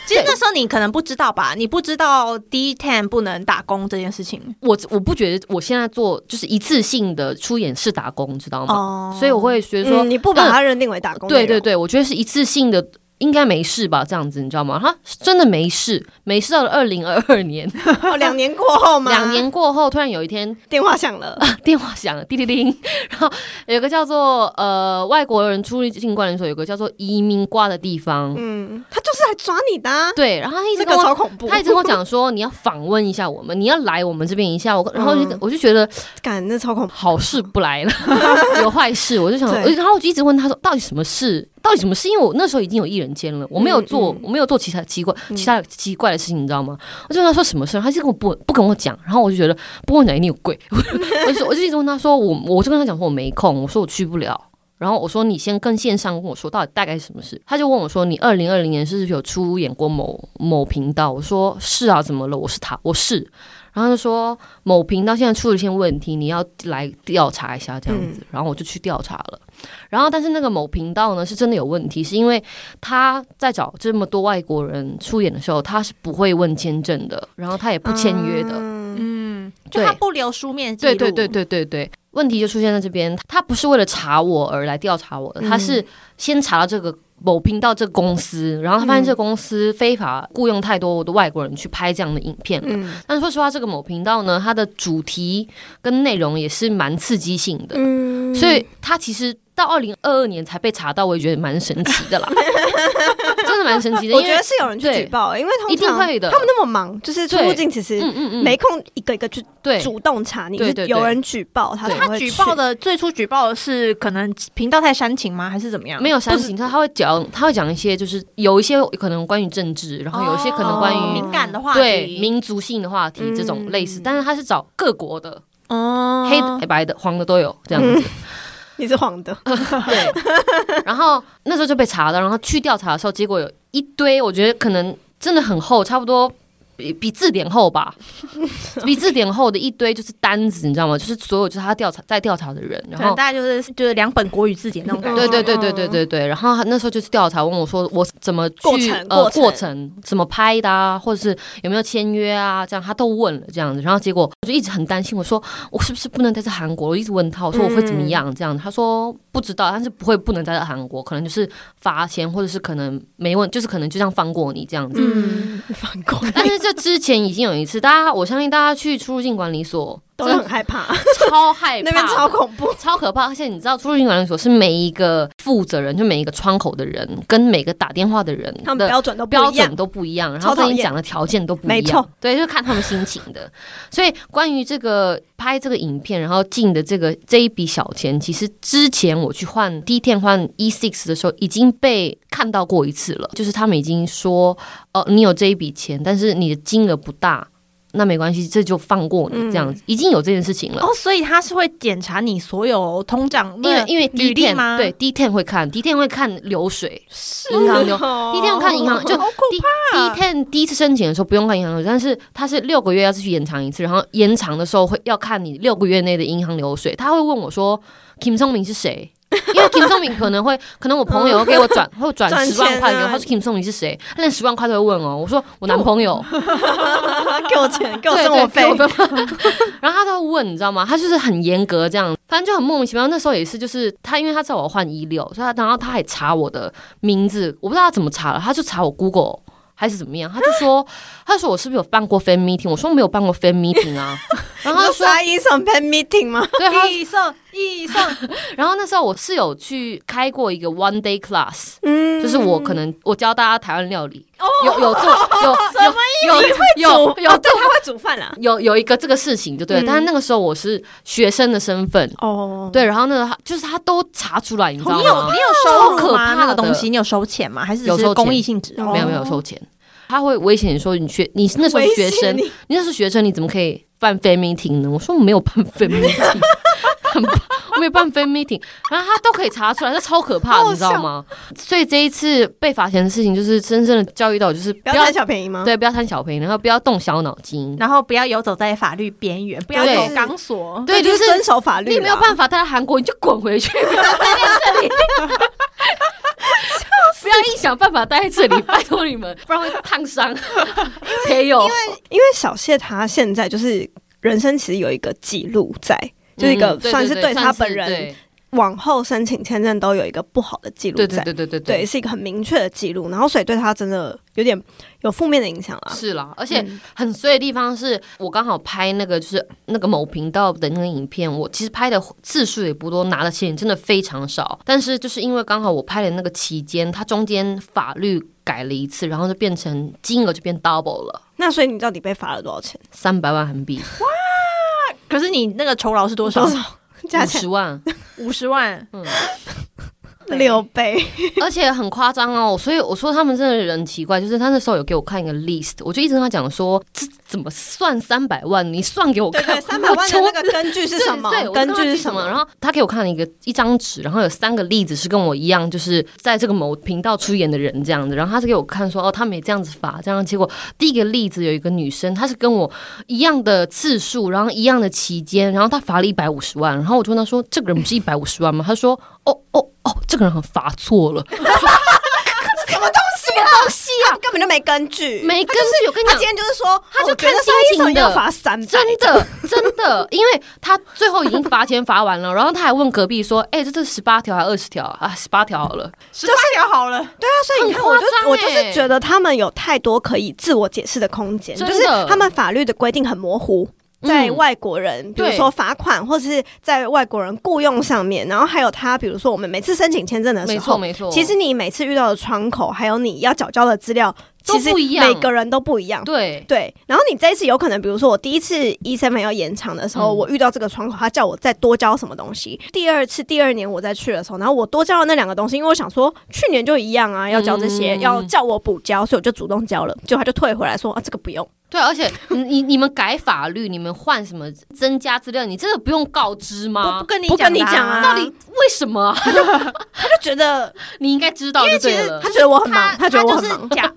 C: 其实那时候你可能不知道吧，你不知道 D ten 不能打工这件事情
A: 我我不觉得我现在做就是一次性的出演是打工，知道吗？
C: 哦
A: 所以我会觉得说，呃
B: 嗯你不把它认定为打工、
A: 对对，对，我觉得是一次性的，应该没事吧？这样子你知道吗？哈，真的没事，没事到了二零二二 年，
B: 哦，两年过后嘛，
A: 两年过后，突然有一天
B: 电话响 了，
A: 电话响了，叮叮叮，然后有个叫做呃外国人出入境管理所，有个叫做移民瓜的地方，
B: 嗯，他就是来抓你的、啊，
A: 对，然后他一直
B: 这
A: 跟
B: 个
A: 我。
B: 超恐怖，
A: 他一直跟 我讲说，你要访问一下我们，你要来我们这边一下。我然后就、
B: 嗯
A: 我就觉得
B: 感那超 恐怖，
A: 好事不来了，有坏事，我就想，
B: 对
A: 然后我就一直问他说，到底什么事？到底什么事？因为我那时候已经有艺人间了，我没有做，
B: 嗯嗯
A: 我没有做其他奇怪、
B: 嗯
A: 其他奇怪的事情，你知道吗？我就跟他说什么事，他就跟我不不跟我讲，然后我就觉得不跟我讲一定有鬼， 我就说我就一直问他说，我我就跟他讲说我没空，我说我去不了。然后我说你先跟线上跟我说到底大概是什么事，他就问我说你二零二零年是不是有出演过某某频道？我说是啊，怎么了？我是他，我是。然后他就说某频道现在出了一些问题，你要来调查一下这样子。然后我就去调查了。然后但是那个某频道呢是真的有问题，是因为他在找这么多外国人出演的时候，他是不会问签证的，然后他也不签约的。
B: 嗯
C: 嗯，就他
A: 对
C: 不留书面记录，
A: 对对对对对对，问题就出现在这边。他不是为了查我而来调查我的，
B: 嗯
A: 他是先查到这个某频道这个公司，然后他发现这个
B: 嗯
A: 公司非法雇佣太多的外国人去拍这样的影片了。
B: 嗯
A: 但说实话，这个某频道呢，它的主题跟内容也是蛮刺激性的，
B: 嗯
A: 所以它其实到二零二二年才被查到，我也觉得蛮神奇 的啦，真的蛮神奇的。
B: 我
A: 因
B: 觉
A: 为
B: 得是有人去
A: 对
B: 举报，因为通常
A: 一定会的
B: 他们那么忙，就是出
A: 对
B: 入境其实
A: 嗯嗯嗯，
B: 没空一个一个去
A: 对
B: 主动查你，
A: 对
B: 是
A: 对对
B: 有人举报他
A: 对
B: 才
C: 他
B: 会
C: 举
B: 去
C: 报。的最初举报的是可能频道太煽情吗，还是怎么样？
A: 没
C: 有，
A: 有煽情，他他会讲，他会讲一些就是有一些可能关于政治，然后有一些可能关于、
C: 哦敏感的话题，
A: 对民族性的话题
B: 嗯
A: 这种类似，但是他是找各国的、
C: 哦
A: 黑的、白的、黄的都有这样子。
B: 你是黄的，
A: 对，然后那时候就被查到，然后去调查的时候，结果有一堆，我觉得可能真的很厚，差不多。比比字典厚吧，比字典厚的一堆就是单子，你知道吗？就是所有就是他调查在调查的人，
C: 可
A: 然
C: 能
A: 后
C: 大概就是就是两本国语字典那种感觉。
A: 对对对对对
B: 嗯
A: 对对，然后他那时候就是调查，问我说我怎么去
B: 过程
A: 呃
B: 过程
A: 过程怎么拍的啊，或者是有没有签约啊，这样他都问了这样子，然后结果我就一直很担心，我说我是不是不能待在韩国？我一直问他，我说我会怎么
B: 嗯
A: 样这样，他说不知道，但是不会不能待在韩国，可能就是罚钱，或者是可能没问，就是可能就这样放过你这样子。
C: 嗯，
B: 反过
A: 但
B: 来
A: 是这之前已经有一次，大家我相信大家去出入境管理所
B: 都
A: 真
B: 很
A: 的
B: 害怕，
A: 超 害怕，
B: 那边超恐怖。
A: 超可怕！而且你知道，出入境管理所是每一个负责人，就每一个窗口的人，跟每个打电话的人
B: 他们
A: 的
B: 标准都不
A: 标
B: 一样
A: 准，都不一样，然
B: 超
A: 后
B: 讨
A: 跟
B: 厌
A: 你讲的条件都不一样，
B: 没错，
A: 对，就看他们心情的。所以关于这个拍这个影片，然后进的这个这一笔小钱，其实之前我去换第一天换 E six 的时候，已经被看到过一次了，就是他们已经说，哦，你有这一笔钱，但是你的金额不大。那没关系，这就放过
B: 嗯
A: 你这样子，已经有这件事情了。
C: 哦，所以他是会检查你所有通胀，
A: 因为因为 D
C: 履历
A: ten
C: 吗？
A: 对，D ten 会看，D ten 会看流水。
B: 是
A: 银行有
B: 哦
A: D ten 看银行就
C: 好恐
A: D ten 第一次申请的时候不用看银行流水，但是它是六个月要去延长一次，然后延长的时候会要看你六个月内的银行流水。他会问我说，Kim Song Min 是谁？因为 Kim Song Min 可能会，可能我朋友会给我 转，会转
B: 转
A: 十万
B: 钱
A: 块给
B: 啊
A: 我，他说 Kim Song Min 是谁？他连十万块都会问哦。我说我男朋友，
C: 啊
B: 给我钱，给我
A: 对
B: 生活费
A: 对，给我生活 费然后他都会问，你知道吗？他就是很严格这样，反正就很莫名其妙。那时候也是，就是他因为他叫我换一六，所以他然后他还查我的名字，我不知道他怎么查了，他就查我 Google。还是怎么样？他就说，他说我是不是有办过 fan meeting？我说没有办过 fan meeting 啊。 然后他
B: 你
A: 就说，
B: 说杀医生 pen meeting 吗？
A: 对，他
C: 以上以上，
A: 然后那时候我是有去开过一个 one day class，
B: 嗯
A: 就是我可能我教大家台湾料理，有有做 有有有有有
B: 哦，对，他会煮饭啦。
A: 有有一个这个事情就对了，
B: 嗯
A: 但是那个时候我是学生的身份，
B: 哦，
A: 对，然后那个他就是他都查出来，你知道吗？
C: 你有你有收入
A: 可
C: 吗？
A: 怕
C: 那
A: 的
C: 个东西你有收钱吗？还是
A: 有
C: 只
A: 收
C: 是
A: 钱
C: 公益性质？
B: 有
A: 没有没有收钱？他会威胁你说你学你那时候是学生，
B: 危
A: 你
B: 险
A: 那时候学生你怎么可以办 fan meeting 呢？我说我没有办 fan meeting，很我也办 fan meeting，然后他都可以查出来，那超可怕
B: 好
A: 的，
B: 好
A: 你知道吗？所以这一次被罚钱的事情，就是深深的教育到我，就是
B: 不
A: 不
B: 要
A: 要
B: 贪小便宜吗？
A: 对，不要贪小便宜，然后不要动小脑筋。
C: 然后不要游走在法律边缘，不要
A: 对
C: 走钢索。
A: 对，就是
B: 是遵守法律啦。
A: 你没有办法待在韩国，你就滚 回去，不要待在这里。不要硬想办法待在这里，拜托你 们，不然会烫伤。没有，
B: 因为小谢他现在就是人生其实有一个记录在，就是一个
A: 嗯
B: 算是对
A: 算
B: 他
A: 是
B: 本人
A: 对
B: 往后申请签证都有一个不好的记录
A: 对
B: 在
A: 对，对对对
B: 对，，是一个很明确的记录，然后所以对他真的有点有负面的影响啦。
A: 是啦。而且
B: 嗯
A: 很衰的地方是我刚好拍那个就是那个某频道的那个影片，我其实拍的次数也不多，拿的钱真的非常少。但是就是因为刚好我拍的那个期间，它中间法律改了一次，然后就变成金额就变 double 了，
B: 那所以你到底被罚了多少钱？
A: 三百万韩币。
C: 可是你那个酬劳是多少
B: 多？少？加
A: 五
B: 起
A: 十万，
C: 五十万。
A: 嗯
B: 来六倍，
A: 而且很夸张哦。所以我说他们真的人很奇怪，就是他那时候有给我看一个 list，我就一直跟他讲说，这怎么算三百万？你算给我
B: 对
A: 看，
B: 对，三百万的
A: 我从
B: 那个根据是什么
A: 对，对？我就
B: 根
A: 跟他
B: 据是
A: 提
B: 什么？
A: 然后他给我看了一个一张纸，然后有三个例子是跟我一样，就是在这个某频道出演的人这样子。然后他是给我看说，哦，他们也这样子罚，这样。结果第一个例子有一个女生，她是跟我一样的次数，然后一样的期间，然后她罚了一百五十万。然后我就问他说，这个人不是一百五十万吗？他说，哦哦哦，这个人好像罚错了， 什么东西啊？
B: 根本就没根据，
A: 没根据，我跟你
B: 他
A: 讲
B: 今。天就是说，哦
A: 他就
B: 我觉得
A: 看心
B: 上一手
A: 情的
B: 要罚三百，
A: 真的， 真的，因为他最后已经罚钱罚完了，然后他还问隔壁说：“ 哎、这这十八条还二十条啊？啊，十八条好了。
C: 十八条好了，
B: 对啊，所以你看，
A: 很
B: 我
A: 夸
B: 就
A: 张
B: 我就是
A: 欸
B: 觉得他们有太多可以自我解释的空间，
A: 真
B: 就
A: 的
B: 是他们法律的规定很模糊。
A: 嗯
B: 在外国人，比如
A: 对
B: 说罚款，或者是在外国人雇佣上面，然后还有他，比如说我们每次申请签证”的时
A: 没
B: 候
A: 错，，没错。
B: 其实你每次遇到的窗口，还有你要缴交的资料，
A: 都
B: 其实
A: 不一样
B: 每个人都不一样。
A: 对，
B: 对，然后你这一次有可能，比如说我第一次 E seven 要延长的时候，
A: 嗯
B: 我遇到这个窗口，他叫我再多交什么东西。第二次、第二年我再去的时候，然后我多交了那两个东西，因为我想说去年就一样啊，要交这些，
A: 嗯
B: 要叫我补交，所以我就主动交
C: 嗯
B: 了。结果他就退回来说啊，这个不用。
A: 对，而且你你你们改法律，你们换什么增加资料，你真的不用告知
C: 我
A: 吗
C: 不？跟你
B: 不跟你
C: 的
B: 讲啊
A: 到底为什么 啊？
B: 他就觉得，
A: 你应该知道就对了
B: 他。觉得我很忙
C: 他，
B: 觉得我
C: 就
B: 很
C: 是
B: 忙。
C: 甲，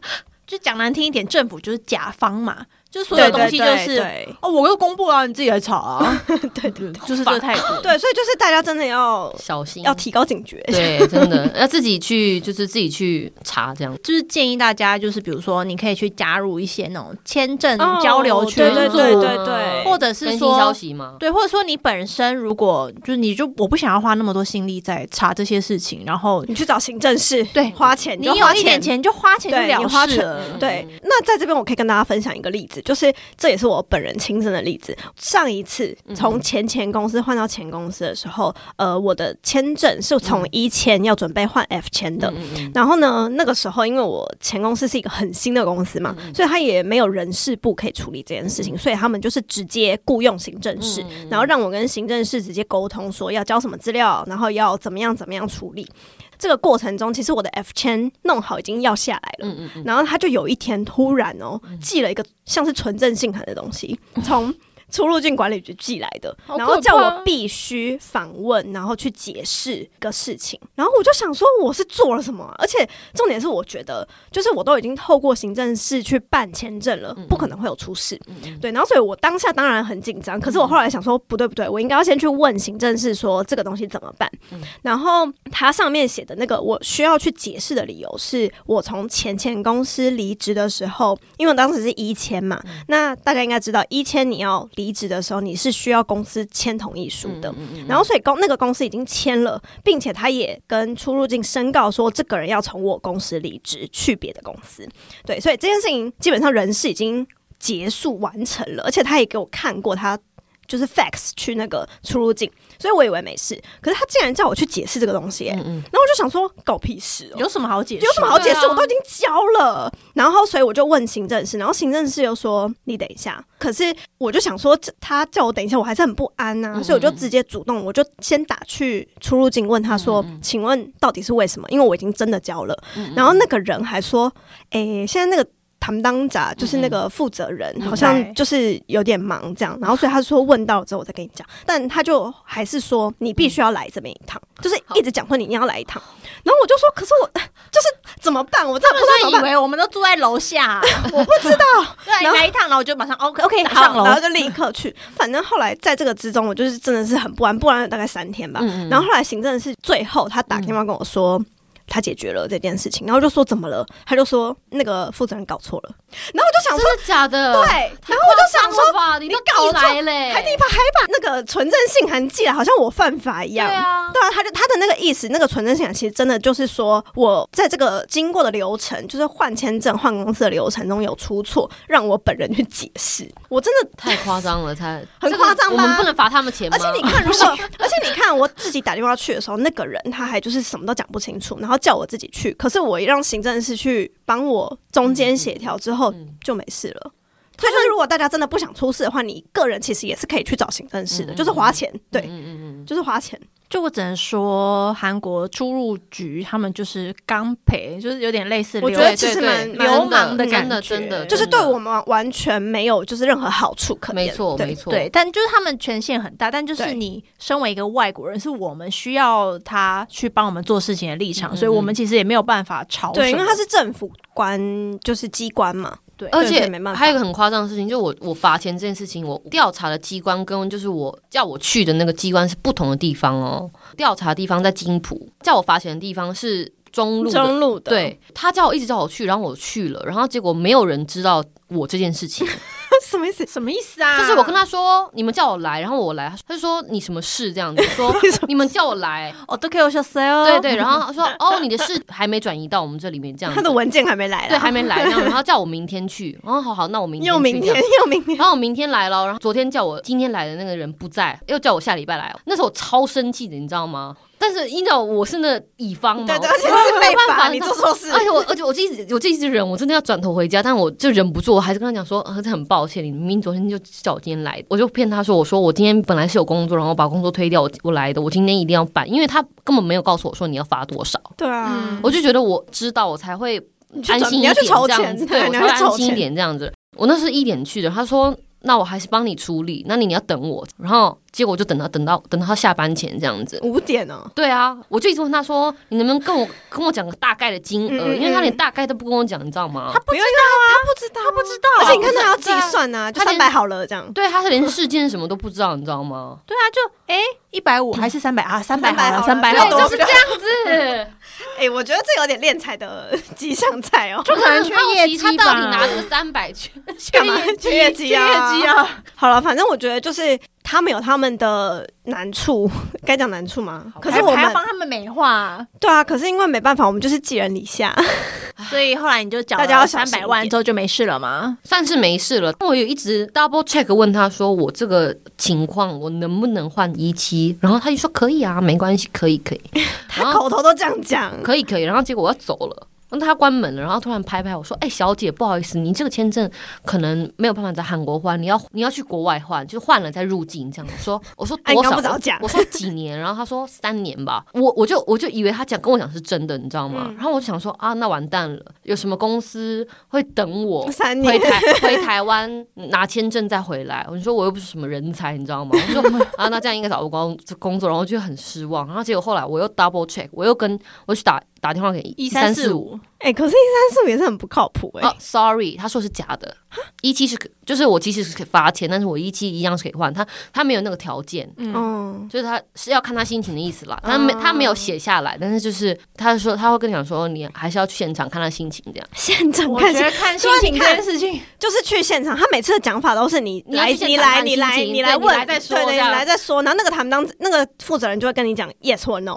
C: 就讲难听一点，政府就是甲方嘛，就是所
B: 对
C: 有
B: 对
C: 东西
B: 对
C: 就
B: 对
C: 是哦，我又公布了，你自己来查啊，
B: 对对
C: 就是这个态度。
B: 对，所以就是大家真的要
A: 小
C: 嗯
A: 心，
B: 要提高警觉。
A: 对，真的 要自己去，就是自己去查这样。
C: 就是建议大家，就是比如说，你可以去加入一些那种签证
B: 哦
C: 交流群
B: 对对
C: 组，
B: 对对对
C: 或者
A: 更
C: 是
A: 新
C: 说
A: 消息嘛，
C: 对，或者说你本身如果就是你就我不想要花那么多心力在查这些事情，然后
B: 你去找行政室，
C: 对
B: 花钱
C: 你
B: 就
C: 有
B: 花
C: 一点
B: 钱。
C: 钱就花钱就
B: 对你
C: 了
B: 花
C: 事
B: 钱
A: 嗯
C: 了。
B: 对，那在这边我可以跟大家分享一个例子，就是这也是我本人亲身的例子。上一次
A: 嗯
B: 从前前公司换到前公司的时候，呃，我的签证是从一签要准备换 F 签的。
A: 嗯嗯
B: 然后呢，那个时候因为我前公司是一个很新的公司嘛，
A: 嗯
B: 所以他也没有人事部可以处理这件事情，所以他们就是直接雇佣行政室，
A: 嗯
B: 然后让我跟行政室直接沟通说要交什么资料，然后要怎么样怎么样处理。这个过程中，其实我的 F 签弄好已经要下来了，
A: 嗯嗯嗯
B: 然后他就有一天突然哦寄了一个像是纯正信函的东西，从出入境管理局寄来的，
C: 好可怕
B: 然后叫我必须访问，然后去解释个事情。然后我就想说我是做了什么啊、而且重点是我觉得就是我都已经透过行政室去办签证了，不可能会有出事。
A: 嗯嗯
B: 对，然后所以我当下当然很紧张，可是我后来想说，不对不对，我应该要先去问行政室说这个东西怎么办。然后它上面写的那个我需要去解释的理由是，我从前前公司离职的时候，因为我当时是一签嘛，那大家应该知道，一签你要离职的时候，你是需要公司签同意书的。
A: 嗯
B: 然后，所以公那个公司已经签了，并且他也跟出入境申告说，这个人要从我公司离职去别的公司。对，所以这件事情基本上人事已经结束完成了，而且他也给我看过他就是 fax 去那个出入境，所以我以为没事。可是他竟然叫我去解释这个东西、欸，
A: 嗯嗯
B: 然后我就想说，搞屁事哦、
C: 有什么好解释？
B: 有什么好解释？
A: 对啊
B: 我都已经交了，然后所以我就问行政室，然后行政室又说你等一下。可是我就想说，这他叫我等一下，我还是很不安呐、
A: 嗯
B: 所以我就直接主动，我就先打去出入境问他说，
A: 嗯
B: 请问到底是为什么？因为我已经真的交了。然后那个人还说，诶、现在那个唐当
A: 嗯
B: 长就是那个负责人，好像
C: OK
B: 就是有点忙这样，然后所以他说问到之后我再跟你讲，但他就还是说你必须要来这边一趟，就是一直讲说你一定要来一趟，然后我就说可是我哎就是怎么办，我真
C: 他
B: 的
C: 们
B: 不知道
C: 是
B: 怎
C: 以
B: 么办，
C: 为我们都住在楼 下，啊
B: 我不 知道，然
C: 对，
B: 后
C: 来一趟，然后我就马上哦 OK OK
B: 好，
C: 上
B: 然后
C: 楼。
B: 就立刻去，反正后来在这个之中，我就是真的是很不安，不安了大概三天吧，
A: 嗯嗯
B: 然后后来行政是最后他打电话跟我说。他解决了这件事情，然后就说怎么了？他就说那个负责人搞错了，然后我就想
A: 真
B: 说哎
A: 的假的？
B: 对，然后我就想说，
A: 说吧，你
B: 你
A: 都
B: 搞
A: 寄
B: 错
A: 来嘞，
B: 还你把还把那个纯正信函寄来，啊好像我犯法一
A: 对
B: 样。
A: 啊，
B: 对啊，他就他的那个意思，那个纯正信函其实真的就是说我在这个经过的流程，就是换签证、换公司的流程中有出错，让我本人去解释。我真的，
A: 太夸张了，太
B: 很
A: 这个
B: 夸张
A: 我
B: 吧
A: 们不能罚他们钱吗？
B: 而且你看，如果 而且你看我自己打电话去的时候，那个人他还就是什么都讲不清楚，然后叫我自己去，可是我一让行政室去帮我中间协调之后，
A: 嗯
B: 就没事了。所以就是，如果大家真的不想出事的话，你个人其实也是可以去找行政室的，
A: 嗯嗯
B: 就是花钱，对，
A: 嗯嗯嗯，
B: 就是花钱。
C: 就我只能说，韩国出入局他们就是刚培，就是有点类似
B: 我
C: 流
B: 觉得
A: 对
B: 其实
A: 对对
B: 蛮
A: 真
B: 流氓的
A: 真
C: 感
A: 的
C: 觉
A: 真的，
B: 就是
A: 真
B: 对
A: 的
B: 我们完全没有就是任何好处可言。
A: 没错
B: 对
A: 没错，
C: 对，但就是他们权限很大，但就是
B: 对
C: 你身为一个外国人，是我们需要他去帮我们做事情的立场，
A: 嗯
C: 所以我们其实也没有办法吵什么。
B: 对，因为他是政府官，就是机关嘛。
C: 对，
A: 而
B: 对
A: 且
B: 对没办法
A: 还有一个很夸张的事情，就我我罚钱这件事情，我调查的机关跟就是我叫我去的那个机关是不同的地方哦。调查的地方在金浦，叫我罚钱的地方是中路的
B: 中路的，
A: 对他叫我一直叫我去，然后我去了，然后结果没有人知道我这件事 情。
B: 什么意思？
C: 什么意思啊？
A: 就是我跟他说，你们叫我来，然后我来，他就说你什么事这样子， 说你们叫我来，
C: 哦，都可以有小 C 哦，
A: 对对， 然后他说哦你的事还没转移到我们这里面这样子
B: 他的，文件还没来啦，
A: 对还没来，这样然后叫我明天 去，哦好好，那我明天
B: 又
A: 去
B: 明
A: 这样
B: 天又明天，
A: 然后我明天来了，然后昨天叫我今天来的那个人不在，又叫我下礼拜来。哦那时候我超生气的，你知道吗？但是因为我是那乙方嘛，
B: 对对，
A: 我
B: 而且是被
A: 办
B: 罚，
A: 法
B: 你哎做错事
A: 而。且我而且我一直我这一直忍，我真的要转头回家，但我就忍不住，我还是跟他讲说，呃，这很抱歉，你明明昨天就叫我今天来，我就骗他说，我说我今天本来是有工作，然后把工作推掉，我我来的，我今天一定要办，因为他根本没有告诉我说你要罚多少，
B: 对啊
C: 嗯，？
A: 我就觉得我知道，我才会
B: 你去
A: 安
B: 找
A: 心一
B: 你
A: 点
B: 要去筹
A: 这样
B: 钱
A: 子，，对我
B: 你
A: 才
B: 要
A: 会
B: 去
A: 安
B: 筹
A: 心一
B: 钱。
A: 点这样子。我那是一点去的，他说那我还是帮你处理，那你你要等我，然后结果我就等到等到等到他下班前这样子。
B: 五点哦，
A: 对啊，我就一直问他说，你能不能跟我跟我讲个大概的金额？
B: 嗯嗯嗯
A: 因为他连大概都不跟我讲，你知道吗？
B: 不知道啊，他不知道，他不知道而且你看他要计算啊，就
A: 他
B: 三
A: 连
B: 百好了这样。
A: 对，他是连事件什么都不知道，你知道吗
C: 对啊，就哎一百五还是三百啊？三百
B: 300
C: 好了，
B: 好了
C: 三百
B: 对
C: 好
B: 就
C: 了
B: 是。
A: 样子，
B: 哎，我觉得这有点练财的 迹象在哦。
A: 就 可能
C: 缺
A: 好
C: 业
A: 奇
C: 绩
A: 他到底
C: 吧
A: 拿这个三百去
B: 干嘛缺业绩啊？
C: 业绩 啊！
B: 好了，反正我觉得就是他们有他们的难处， 该讲难处吗？可是我
C: 还要
B: 们
C: 帮他们美化，
B: 对啊，可是因为没办法，我们就是寄人篱下。
C: 所以后来你就缴
B: 大家要
C: 了
B: 小
C: 三
B: 心一
C: 百万
B: 点
C: 之后就没事了吗？
A: 算是没事了。我有一直 double check 问他说，我这个情况我能不能换一期？然后他就说可以啊，没关系，可以可以，然
B: 他
A: 后
B: 口头都这样讲，
A: 可以可以。然后结果我要走了。然后他关门了，然后突然拍拍我说：“哎、小姐，不好意思，你这个签证可能没有办法在韩国换，你要你要去国外换，就换了再入境这样。”我说：“ 我说
B: 哎
A: 多
B: 你刚
A: 少？
B: 不早讲
A: 我说几年？然后他说三年吧。我我就我就以为他讲跟我讲是真的，你知道吗？
B: 嗯
A: 然后我就想说啊，那完蛋了，有什么公司会等我？
B: 三
A: 回
B: 年
A: 台回台湾拿签证再回来，我就说我又不是什么人才，你知道吗？我就说 啊，那这样应该找不到工工作，然后就很失望。然后结果后来我又 double check，我又跟我去打打电话给四五，
C: 五，
B: 哎、可是一三四五也是很不靠谱哎、
A: 哦，sorry，他说是假的，一期是可就是我即使是可以罚钱，但是我一期一样是可以换，他他没有那个条件。
C: 嗯，
B: 嗯，
A: 就是他是要看他心情的意思啦，他没他没有写下来，但是就是他说他会跟你讲说你还是要去现场看他心情这样，
B: 现场
C: 我
B: 看
C: 觉
B: 起来
C: 得看心
B: 对啊你
C: 情这
B: 看
C: 件事情，
B: 就是去现场，他每次的讲法都是你
A: 你要
B: 来
A: 去现
B: 你
A: 场
B: 来
A: 看
B: 你来
A: 心情对
B: 你来
A: 你
B: 问，
A: 来再说
B: 对对，
A: 这样
B: 你来再说，然后那个他们当那个负责人就会跟你讲 yes 或 no，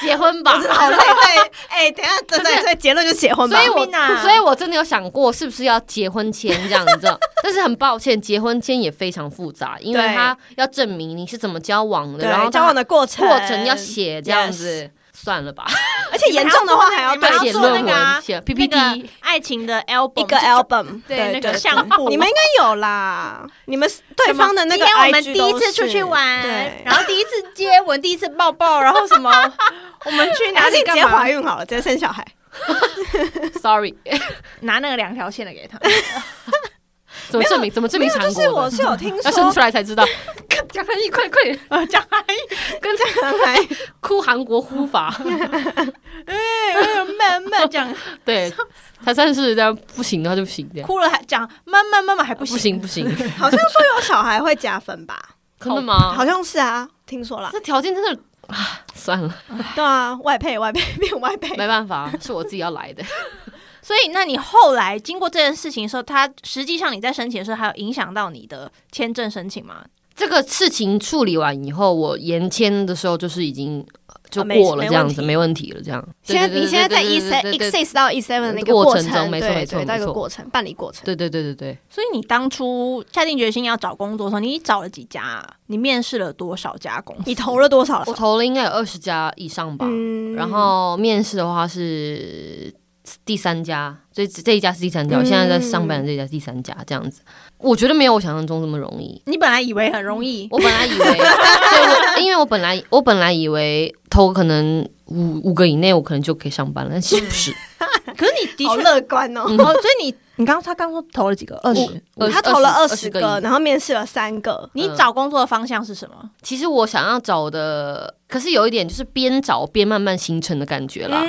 A: 结婚吧
B: 我，真的好累，对，哎、等一下对
A: 可
B: 对
A: 是
B: 对，结论就结婚吧
A: 所以，我
C: Mina
A: 所以我真的有想过是不是要结婚前这样子， 但是很抱歉，结婚前也非常复杂，因为
B: 对
A: 他要证明你是怎么交往的，
B: 对
A: 然后他
B: 交往的过程
A: 过程要，写这样子，算了吧，
B: 而且严重的话还要
C: 你们
B: 对
C: 要
A: 写
C: 做
A: 论
C: 那个啊
A: 文，写
C: 那
A: PPT
C: 个。爱情的 album
B: 一个
C: 就
B: album，
C: 对
B: 对
C: 那个
B: 对
C: 相簿
B: 你们应该有啦，你们对
C: 什么
B: 方的那个
C: 今天我们
B: IG
C: 第一次
B: 都
C: 出
B: 是
C: 去玩，
B: 对，
C: 然后第一次 接吻，第一次抱抱，然后什么，我们去哪
B: 还是
C: 里
B: 你直
C: 干
B: 接
C: 嘛
B: 怀？孕好了，直接生小孩。
A: Sorry，
C: 拿那个两条线 的给他，
A: 怎么证明？怎么证
B: 没
A: 明
B: 有，
A: 韩
B: 就
A: 国
B: 是我
A: 的？
B: 是有听
A: 要生
B: 说
A: 出来才知道。 讲韩语，快快点，
C: 讲韩
A: 跟这
B: 原来
A: 哭韩国呼法，
C: 语，慢慢讲，
A: 对，才算是这样，不行的话就不行，这样
C: 哭了还讲慢慢慢慢还不
A: 不
C: 行，
A: 行不行，
B: 好像说有小孩会加分吧？
A: 真的吗？
B: 好像是啊，听说啦。
A: 这条件真的啊，算了，
B: 对啊，外配外配变外配，
A: 没办法，是我自己要来的。
C: 所以，那你后来经过这件事情的时候，他实际上你在申请的时候，还有影响到你的签证申请吗？
A: 这个事情处理完以后，我延签的时候就是已经呃就
B: 啊没
A: 过了
B: 没
A: 这样
B: 问
A: 子，
B: 题
A: 没问题了这样。
B: 现在
A: 对
B: 你现在在 E
A: 对
B: s
A: 对
B: E
A: 对对
B: six 到 E seven 的那个
A: 过
B: 过
A: 程中没错
B: 对
A: 没错
B: 对到一
A: 没
B: 个
A: 错
B: 过程办理过程。
A: 对对对对对，
C: 所以你当初下定决心要找工作的时候，你找了几家啊？你面试了多少家公司？
B: 你投了多少
A: 我
B: 了？
A: 投了应该有二十家以上吧，
B: 哦嗯
A: 然后面试的话是第三家，这这一家是第三家，
B: 嗯
A: 我现在在上班的这一家是第三家这样子，我觉得没有我想象中这么容易。
C: 你本来以为很容易，
A: 我本来以 为，对，我因为我本来我本来以为投可能五五个以内，我可能就可以上班了，但其实不是，
C: 可是你的
B: 好
C: 确
B: 乐观
A: 嗯
B: 哦。
C: 哦， 所以你你刚他刚说投了几个？二十。
A: 我
B: 嗯他投了二
A: 20
B: 十
A: 以内
B: 个，然后面试了三个，
C: 你找工作的方向是什么？
A: 其实我想要找的，可是有一点就是边找边慢慢形成的感觉
B: 嗯
A: 啦。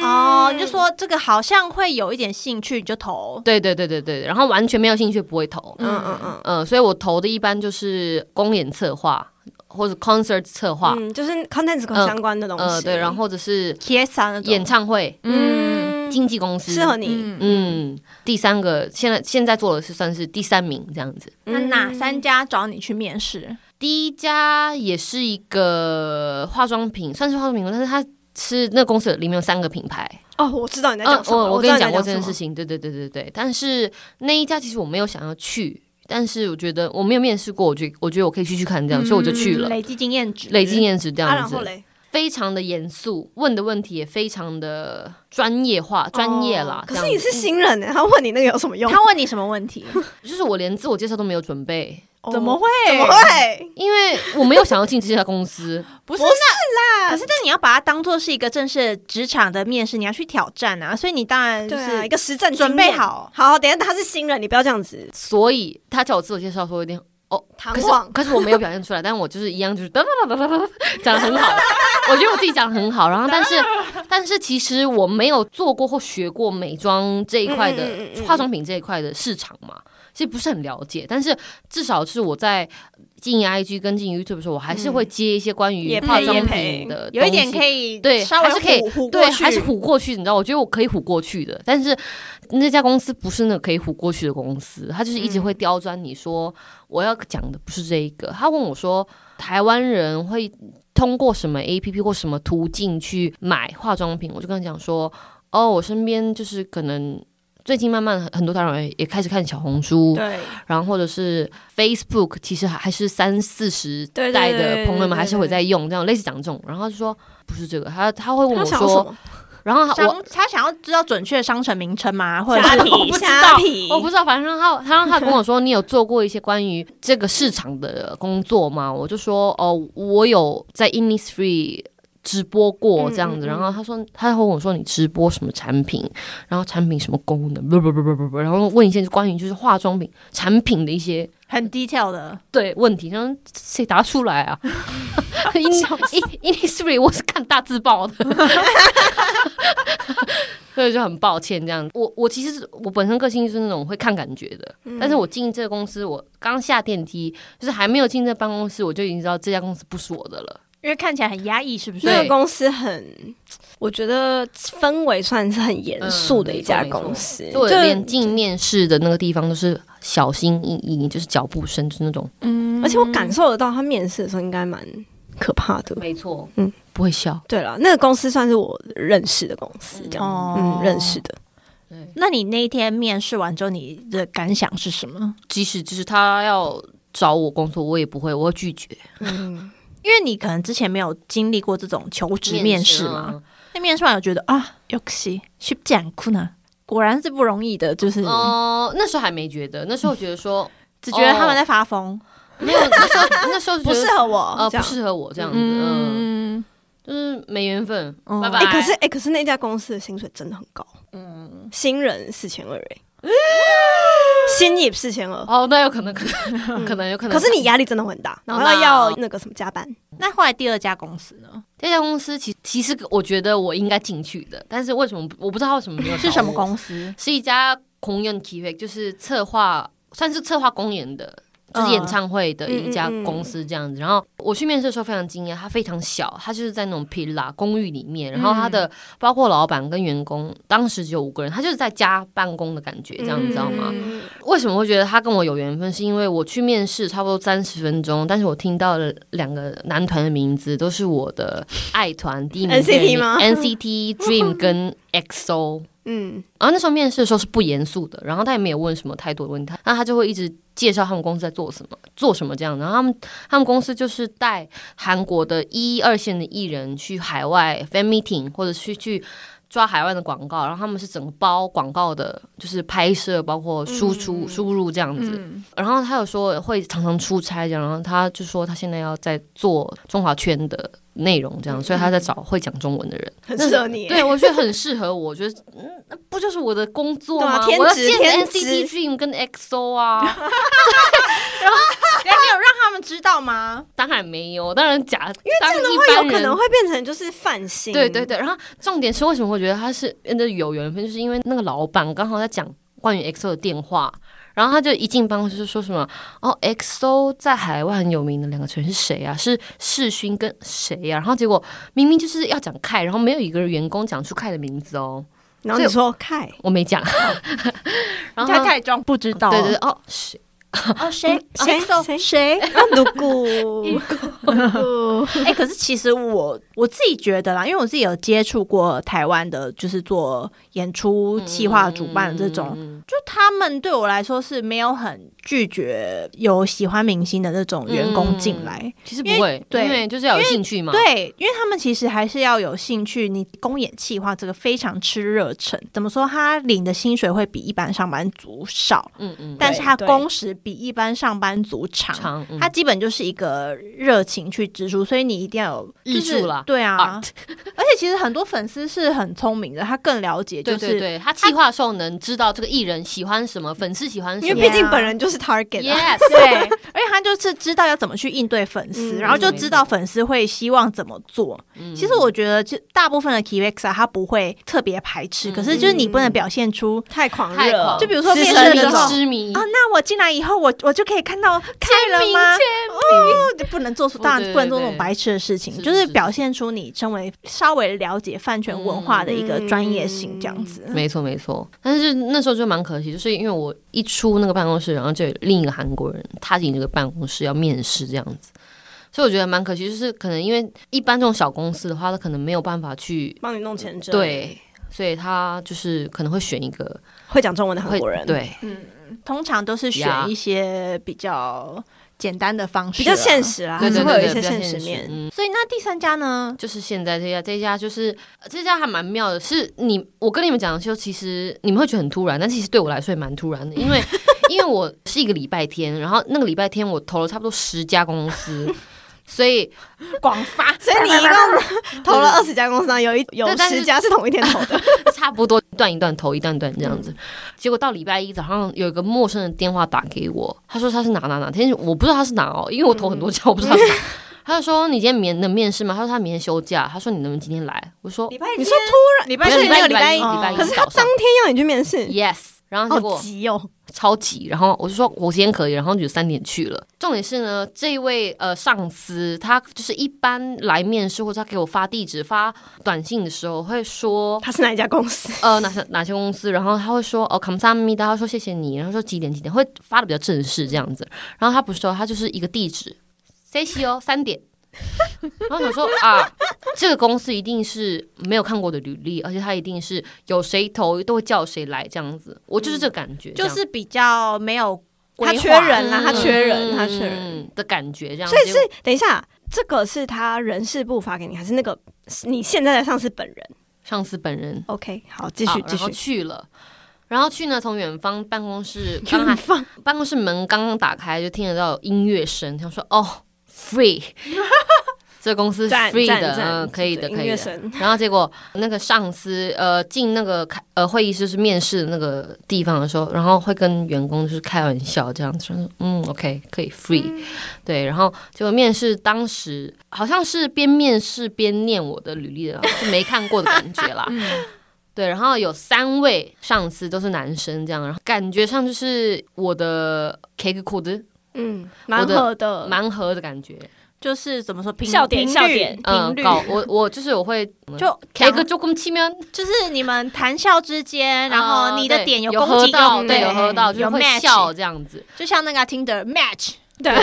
C: 哦，你就说这个好像会有一点兴趣，你就投。
A: 对对对对对，然后完全没有兴趣不会投，
B: 嗯嗯嗯。
A: 呃，所以我投的一般就是公演策划或者 concert 策划，
B: 嗯，就是 content
A: 呃
B: 相关的东西。
A: 呃对，然后或者是
C: K 三那种
A: 演唱会、
C: 嗯
B: 嗯，
A: 经纪公司，
B: 适合你。
C: 嗯，
A: 嗯，第三个现在现在做的是算是第三名这样子。
C: 那
B: 嗯
C: 哪三
B: 家？
C: 家找你去面试？
A: 第一家也是一个化妆品，算是化妆品公司，但是它是那个公司里面有三个品牌，
B: 哦，我知道你在
A: 嗯
B: 讲，什么。
A: 我我
B: 知
A: 跟
B: 道
A: 你
B: 在
A: 讲过
B: 讲
A: 这件事
B: 情。
A: 情，对对对对对。但是那一家其实我没有想要去，但是我觉得我没有面试过，我觉我觉得我可以去去看这样，所以我就去了，
C: 嗯累积经验值，
A: 累积经验值这
B: 嗯啊，
A: 样
B: 然
A: 子
B: 后，嘞，
A: 非常的严肃，问的问题也非常的专业化、专业啦
B: 哦。
A: 这
B: 可
A: 样
B: 是你
A: 子
B: 是新人欸呢，他问你那个有什么用？
C: 他问你什么 问题？
A: 就是我连自我介绍都没有准备，
B: 哦
C: 怎么？会？
B: 怎么会？
A: 因为我没有想要进这家公司。
C: 不是那啦？可是但你要把它当做是一个正式职场的面试，你要去挑战啊，所以你当然就
B: 对啊，一
C: 是
B: 个实战经验
C: 准备好。
B: 好，等一下他是新人，你不要这样子
A: 所以他叫我自我介绍说有点，哦
B: 唐
A: 可是
B: 望。
A: 可是我没有表现出来，但我就是一样就是哒哒哒哒哒哒讲的很好，我觉得我自己讲的很好。然后但 是但是其实我没有做过或学过美妆这一块的
B: 嗯嗯嗯嗯
A: 化妆品这一块的市场嘛，其实不是很了解。但是至少是我在进 IG 跟进 YouTube 的时候，我还是会接一些关于
B: 业嗯配
A: 化妆
C: 业
B: 配
A: 品的东西，
C: 有一点可以
A: 对
C: 稍微
A: 还是可以
C: 唬唬
A: 对，
C: 过去
A: 还是唬过去，你知道？我觉得我可以唬过去的，但是那家公司不是那可以唬过去的公司，他就是一直会
B: 嗯
A: 刁钻你说、我要讲的不是这一个。他问我说，台湾人会通过什么 A P P 或什么途径去买化妆品？我就跟他讲说，哦，我身边就是可能。最近慢慢很很多台湾人也开始看小红书，
B: 对，
A: 然后或者是 Facebook，其实还还是三四十
B: 对对
A: 代
B: 对
A: 的
B: 对
A: 朋友们还是会
B: 对对
A: 在用这样类似讲这种，然后他就说不是这个，他他会问
B: 他
A: 我
B: 想要什
A: 说，
B: 么？
A: 然后啊他我
C: 商他想要知道准确的商城名称吗？或者是
B: 虾
A: 我
B: 皮，
A: 不知
B: 虾
A: 道
B: 皮，
A: 我不知道，反正他他让他跟我说你有做过一些关于这个市场的工作吗？我就说哦，我有在 Innisfree 直播过
B: 嗯
A: 这样子，
B: 嗯嗯
A: 然后他说他会问我说你直播什么产品，然后产品什么功能，不不不不不不，然后问一些关于就是化妆品产品的一些
C: 很 detail 的，
A: 对问题，然后谁答出来啊？In In History，我是看大字报的， 所以就很抱歉这样。我我其实是我本身个性就是那种会看感觉的，
B: 嗯
A: 但是我进这个公司，我刚下电梯，就是还没有进这办公室，我就已经知道这家公司不是我的了。
C: 因为看起来很压抑，是不是？
B: 那
A: 对
B: 个公司很，我觉得氛围算是很严肃的一家公司，
A: 就我
B: 就
A: 连进面试的那个地方都是小心翼翼，就是脚步声，就是那种
C: 嗯
B: 而且我感受得到他面试的时候应该蛮可怕的。
A: 没错，
B: 嗯
A: 嗯，不会笑。
B: 对了，那个公司算是我认识的公司，这样，
C: 哦
B: 嗯，认识。的。
C: 那你那一天面试完之后，你的感想是什么？
A: 即使就是他要找我工作，我也不会，我会拒绝。
B: 嗯，
C: 因为你可能之前没有经历过这种求职面试嘛，
A: 啊
C: 那面试完有觉得啊，역시쉽지않구나，果然是不容易的，就是、
B: 嗯
A: 哦、那时候还没觉得，那时候觉得说
C: 只觉得他们在发疯。
A: 没有，那时候那时候就
B: 不
A: 觉
B: 适
A: 得
B: 合我，
A: 呃
B: 这
A: 不
B: 样
A: 适合我这样子，嗯。
C: 嗯，
A: 就是没缘分，
C: 嗯
A: 拜拜。
B: 哎、可是哎、可是那家公司的薪水真的很高，
C: 嗯，
B: 新人四千二哎，
A: 嗯
B: 新也四千二，
A: 哦，那有可能，可 能，可能有可能。
B: 嗯
A: 哦
B: 可是你压力真的很大，然后要要那个什么加班，
C: 那后来第二家公司呢？
A: 这家公司其其实我觉得我应该进去的，但是为什么我不知道为什么没有找
C: 是什么
A: 我？
C: 公司？
A: 是一家公演企业，就是策划，算是策划公演的。就是
C: 嗯
A: 演唱会的一家公司这样子，然后我去面试的时候非常惊讶，它非常小，它就是在那种 villa 公寓里面，然后它的包括老板跟员工，当时只有五个人，他就是在家办公的感觉，这样你知道吗？
B: 嗯
A: 为什么会觉得他跟我有缘分？是因为我去面试差不多三十分钟，但是我听到了两个男团的名字，都是我的爱团第一 名
B: NCT 吗
A: ？NCT Dream 跟 EXO。
B: 嗯，
A: 然后那时候面试的时候是不严肃的，然后他也没有问什么太多的问题，那他就会一直介绍他们公司在做什么，做什么这样。然后他们他们公司就是带韩国的一二线的艺人去海外 fan meeting，或者去去抓海外的广告，然后他们是整个包广告的，就是拍摄包括输出、
B: 嗯
A: 输入这样子。然后他有说会常常出差这样，然后他就说他现在要在做中华圈的内容这样，所以他在找会讲中文的人。
B: 很嗯适合你欸，
A: 对，我觉得很适合我，我觉得嗯，那不就是我的工作
B: 对啊
A: 吗？
B: 天
A: 我要
B: 职
A: 见
B: 天
A: NCT Dream 跟 EXO 啊，
C: 你有让他们知道吗？
A: 当然没有，当然假，因为
B: 这样的话有可能。会变成就是泛心，
A: 对对对，然后重点是为什么会觉得他是真的有缘分，就是因为那个老板刚好在讲关于 EXO 的电话，然后他就一进办公室就说什么哦，EXO 在海外很有名的两个成员是谁啊？是世勋跟谁呀、啊？然后结果明明就是要讲凯，然后没有一个员工讲出凯的名字哦，
B: 然后你说凯，
A: 我没讲，然后
C: 他太装不知道
A: 嗯对对对，哦，是
C: 哦，谁
B: 谁
C: 谁谁？
B: 啊，如果
C: 哎、可是其实我我自己觉得啦，因为我自己有接触过台湾的，就是做演出企划主办的这
A: 嗯
C: 种，就他们对我来说是没有很拒绝有喜欢明星的这种员工进来。
A: 其实
C: 因
A: 不
C: 为
A: 会，
C: 对
A: 因为就是要有
C: 因为
A: 兴趣嘛。，
C: 对，因为他们其实还是要有兴趣，你公演企划这个非常吃热忱。怎么说？他领的薪水会比一般上班族少，
A: 嗯嗯，
C: 但是他
B: 对
C: 工时比一般上班族长。
A: 长嗯
C: 它基本就是一个热情去支出，所以你一定要有
A: 艺术
C: 就是
A: 啦
C: 对啊。
A: art
C: 而且其实很多粉丝是很聪明的，他更了解就
A: 对
C: 是
A: 对对，他企划的时候能知道这个艺人喜欢什么，粉丝喜欢什
B: 因为
A: 么。
B: 毕竟本人就是 target，啊
A: Yes，
C: 对而且他就是知道要怎么去应对粉丝，
B: 嗯
C: 然后就知道粉丝会希望怎么做。其实我觉得，就大部分的 k i v e x a 他不会特别排斥，
A: 嗯
C: 可是就是你不能表现出。
B: 太狂
A: 太
B: 热
A: 狂
B: 了，
A: 就
C: 比如说
B: 资
C: 变
B: 深
C: 身
A: 痴迷
B: 那
C: 的时候
B: 种，
A: 痴迷
C: 啊，那我进来以后，我我就可以看到开了
A: 明
C: 吗？
A: 确
C: 哦，不能做出，
A: 哦
C: 当
A: 对
C: 然不能
A: 对
C: 做那
A: 对
C: 种白痴的事情，
A: 是
C: 就是
A: 是
C: 表现出你身为稍微了解饭圈文化的一个
B: 嗯
C: 专业性，这样子。
A: 没错没错，但是那时候就蛮可惜，就是因为我一出那个办公室，然后就有另一个韩国人踏进这个办公室要面试这样子，所以我觉得蛮可惜，就是可能因为一般这种小公司的话，他可能没有办法去，
B: 帮你弄签证，
A: 对，所以他就是可能会选一个
B: 会讲中文的韩
A: 会
B: 国人，，
A: 对，
C: 通常都是
A: 呀
C: 选一些比较简单的方式，
B: 比
C: 啊
B: 较现。实啦，
A: 啊对
B: 还
A: 对
B: 是
A: 对
B: 会有
A: 对，
B: 一些
A: 比较
B: 现实
A: 现
B: 面，
A: 嗯，
C: 所以那第三家呢？
A: 就是现在这家这家就是呃这家还蛮妙的，是你我跟你们讲的时候，其实你们会觉得很突然，但其实对我来说也蛮突然的， 因为因为我是一个礼拜天，然后那个礼拜天我投了差不多十家公司，所 以
C: 广发，
B: 所以你一共 投了二十家公司，然后有一有
A: 嗯对但是
B: 十家是同一天投 的，
A: 差不多一段一段投，一段一段这样子。
B: 嗯
A: 结果到礼拜一早上，有一个陌生的电话打给我，他说他是哪哪哪天，我不知道他是哪哦，因为我投很多家，
B: 嗯
A: 我不 知道是哪。他就说你今天明能面试吗？他说他明天休假，他说你能不能今天来？我说
B: 拜你说突然礼
A: 没有
B: 是没有
A: 礼
B: 礼
A: 拜
B: 拜
A: 一
B: 一，哦
A: 礼拜一
B: 可是他
A: 早上
B: 当天要你去面试，
A: yes，然后结
B: 好
A: 果
B: 急哦，
A: 超级，然后我就说我今天可以，然后就三点去了。重点是呢，这一位呃上司他就是一般来面试或者他给我发地址、发短信的时候会说。
B: 他是哪一家公司？
A: 呃，哪些哪些公司？然后他会说哦 c o m s a m i d a 他说谢谢你，然后说几点几点，会发的比较正式这样子。然后他不是说他就是一个地址 c c 哦三点。然后我想说啊，这个公司一定是没有看过的履历，而且他一定是有谁投都会叫谁来这样子。我
B: 嗯
A: 就是这感觉，这
C: 就
A: 样
C: 是比较没有规
B: 他
C: 划
B: 缺人啦
C: 嗯
B: 他缺人他缺
A: 人嗯的感觉，这样。
B: 所以
A: 结果
B: 是等一下，这个是他人事部发给你，还是那个是你现在的上司本人
A: 上司本人
B: ？OK，好，继
A: 好
B: 续继
A: 然后
B: 续。
A: 去了。然后去呢，从远方办公 室，刚
B: 远
A: 才
B: 方
A: 办公室门刚刚打开，就听得到有音乐声，想说哦，free，这个公司是
B: 赞
A: free
B: 赞
A: 的，
B: 赞
A: 嗯，可以的，
B: 音
A: 可以
B: 乐
A: 的。
B: 神
A: 然后结果那个上司呃进那个开呃会议室是面试的那个地方的时候，然后会跟员工就是开玩笑这样子说，嗯，OK，可以 free，、对，然后结果面试当时好像是边面试边念我的履历的，就没看过的感觉啦。对，然后有三位上司都是男生，这样，然后感觉上就是我的 cake 裤子
B: 嗯，
C: 蛮合的，
A: 蛮合的感觉，
C: 就是怎么说，频
B: 笑点
C: 频率
B: 笑点
A: 嗯，
C: 频率
A: 搞我我就是我会
C: 就
A: cake 就咁奇妙。
C: 哎就是你们谈笑之间，然后你的点
A: 哦有
C: 攻
A: 合
C: 击
A: 到，
C: 到，
A: 对，有合到，就是
C: 有
A: 会笑
C: match，
A: 这样子。
C: 就像那个 Tinder match，
B: 对，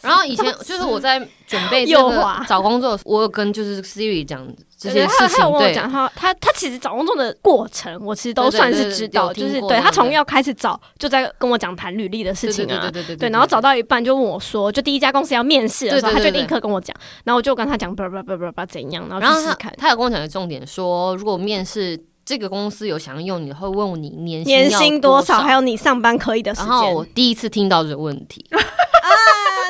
A: 然后以前就是我在准备 这
C: 右
A: 个
C: 滑
A: 找工作的时候，我有跟就是 Siri 讲这
B: 对
A: 些
B: 啊对
A: 事
B: 他他有
A: 情，
B: 跟 我
A: 对
B: 讲，他他他其实找工作的过程，我其实
A: 对
B: 都
A: 对
B: 算
A: 对
B: 是
A: 对
B: 知
A: 有
B: 道，
A: 听
B: 就是
A: 过
B: 对
A: 那
B: 他
A: 个
B: 从要开始找就在跟我讲谈履历的事
A: 对
B: 情
A: 对
B: 啊，
A: 对对对对
B: 对，然后找到一半就问我说，就第一家公司要面试的时候，
A: 对对对
B: 他就
A: 对
B: 立刻跟我讲，然后我就跟他讲，叭叭叭叭叭怎样，然
A: 然
B: 后
A: 后
B: 去
A: 他
B: 试试看。
A: 他有跟我讲一个重点，说如果面试这个公司有想要用你，会问你年
B: 年
A: 要
B: 薪
A: 多
B: 少？还有你上班可以的时
A: 然
B: 间。
A: 后我第一次听到这个问题，
B: 啊，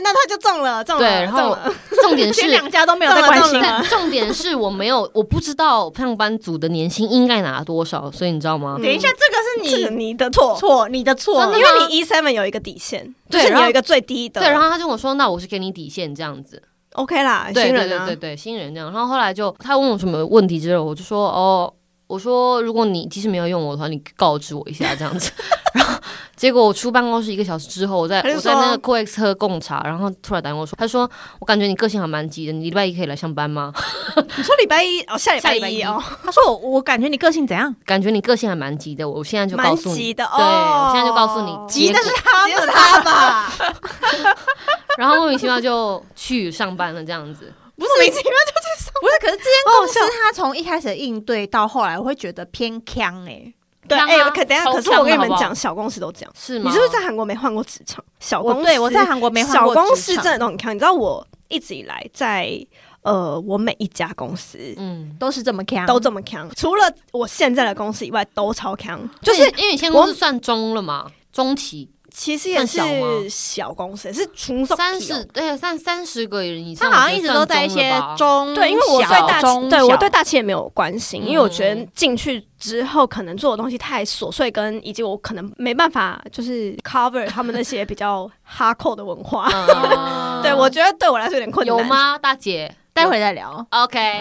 B: 那他就中了，中
A: 对，然后重 点
C: 其实
A: 是
C: 两家都没有
B: 中了
C: 在关
B: 中
C: 心
B: 了
C: 啊，
A: 但重点是我没有，我不知道上班族的年薪应该拿多少，所以你知道吗？
B: 嗯
C: 等一下，这个是
B: 是
C: 你
B: 你的错，
C: 错，你的错，
A: 真的
B: 因
A: 吗
B: 为你 E seven 有一个底线，就
A: 对
B: 是
A: 然
B: 你
A: 后
B: 有一个最低的，
A: 对，然后他就跟我说，那我是给你底线这样子。
B: OK 啦，
A: 对
B: 新
A: 对
B: 人
A: 对
B: 啊
A: 对，对，新人这样。然后后来就他问我什么问题之后，我就说哦，我说如果你即使没有用我的话，你告知我一下这样 子。然后结果我出办公室一个小时之后，我在
B: 他就
A: 我在那个
B: 说
A: CoEx 喝贡茶，然后突然打给我说，他说我感觉你个性还蛮急的，你礼拜一可以来上班吗？
B: 你说礼拜一哦，下礼
A: 下
B: 拜
A: 礼拜一
B: 一哦，
C: 他说我我感觉你个性怎样？
A: 感觉你个性还蛮急的，我现在就告
B: 蛮
A: 诉你，
B: 急的
A: 对
B: 哦，
A: 我现在就告诉你，
C: 急
A: 结
C: 的
A: 果
C: 是他们吧，
B: 他吧，
A: 然后莫名其妙就去上班了这样子。
C: 不是
B: 其妙就去上
C: 不是，可是这间
B: 好
C: 公司
B: 笑
C: 他从一开始的应对到后来，我会觉得偏强哎、
B: 对，
A: 呛啊
B: 哎，可等一下，
A: 超
B: 可是我跟你
A: 呛的好
B: 们
A: 不好
B: 讲，小公司都这样，
A: 是
B: 你
A: 吗？
B: 是不是在韩国没换过职场？小公
C: 我
B: 司
C: 对我在韩国没换
B: 小
C: 过
B: 公
C: 职
B: 司
C: 场
B: 真的都很强，你知道我一直以来在呃，我每一家公司
A: 嗯，
C: 都是这么强，
B: 都这么强，除了我现在的公司以外都超强，就是
A: 因为因为你现在公司
B: 我
A: 算中了嘛，中期
B: 其实也
A: 算小吗
B: 是小公司，是哦纯属
A: 三十，对，三三十个人以上，
C: 他好像一直都在一些中
B: 对，因为我对
C: 小
B: 大
C: 中
B: 企对我
C: 小
B: 对大企业没有关心，
A: 嗯
B: 因为我觉得进去之后可能做的东西太琐碎，跟以及我可能没办法就是 cover 他们那些比较哈扣的文化。
A: 嗯
B: 对，我觉得对我来说有点困难。
A: 有？吗，大姐？
C: 待会再聊。
A: OK，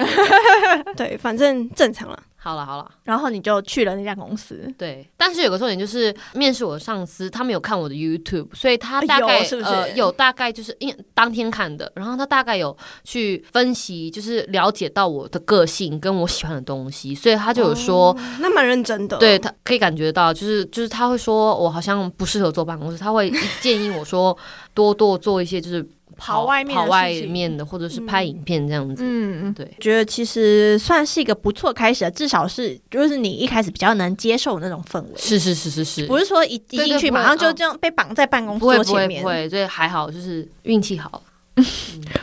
B: 对，反正正常了。
A: 好了好了，
C: 然后你就去了那家公司，
A: 对。但是有个重点就是，面试我的上司他没有看我的 YouTube，所以他大
B: 有
A: 概
B: 是不是
A: 呃有大概就是因为当天看的，然后他大概有去分析，就是了解到我的个性跟我喜欢的东西，所以他就有说。
B: 那蛮认真的。
A: 对他可以感觉到，就是就是他会说我好像不适合坐办公室，他会 建议我说多多做一些就是
C: 跑外面的
A: 跑外
C: 事情
A: 面的，或者是拍影片这样子。
C: 嗯，
A: 对，
C: 觉得其实算是一个不错开始啊的，至少是就是你一开始比较能接受那种氛围，
A: 是是是是是，
C: 不是说一一
A: 对
C: 进去
A: 不会
C: 马上就
A: 嗯
C: 这样被绑在办公
A: 不会
C: 桌
A: 不会
C: 前
A: 不
C: 面？
A: 会，所以还好，就是运气好。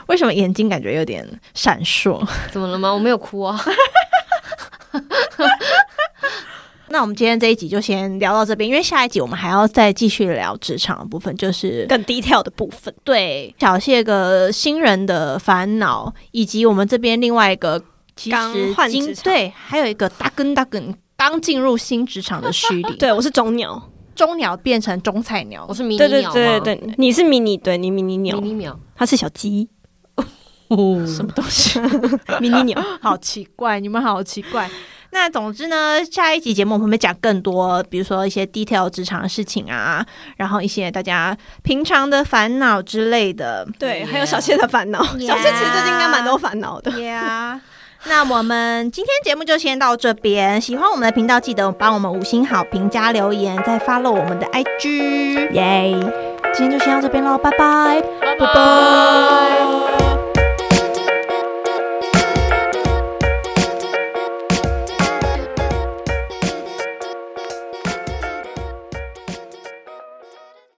C: 为什么眼睛感觉有点闪烁？
A: 怎么了吗？我没有哭啊。
C: 那我们今天这一集就先聊到这边，因为下一集我们还要再继续聊职场的部分，就是
B: 更 detail 的部分。
C: 对小谢个新人的烦恼，以及我们这边另外一个其
B: 刚
C: 实
B: 换
C: 今
B: 职场
C: 对，还有一个大根大根刚进入新职场的虚理，
B: 对，我是种鸟。
C: 中鸟变成中菜鸟
A: 我，是迷你
B: 对对
A: 鸟
B: 对
A: 吗
B: 对对，你是迷你，对你迷你鸟
A: 迷，你鸟。
B: 它是小鸡，
C: 什么东西？
B: 迷你鸟。
C: 好奇怪，你们好奇怪。那总之呢，下一集节目我们会讲更多，比如说一些 detail 职场的事情啊，然后一些大家平常的烦恼之类的。
B: 对，还有
A: Yeah
B: 小谢的烦恼。小谢其实最近应该蛮多烦恼 的。
C: 呀。那我们今天节目就先到这边。喜欢我们的频道，记得帮我们五星好评加留言，再 follow 我们的 IG。
B: 耶！
C: 今天就先到这边喽，拜拜。
A: 拜
C: 拜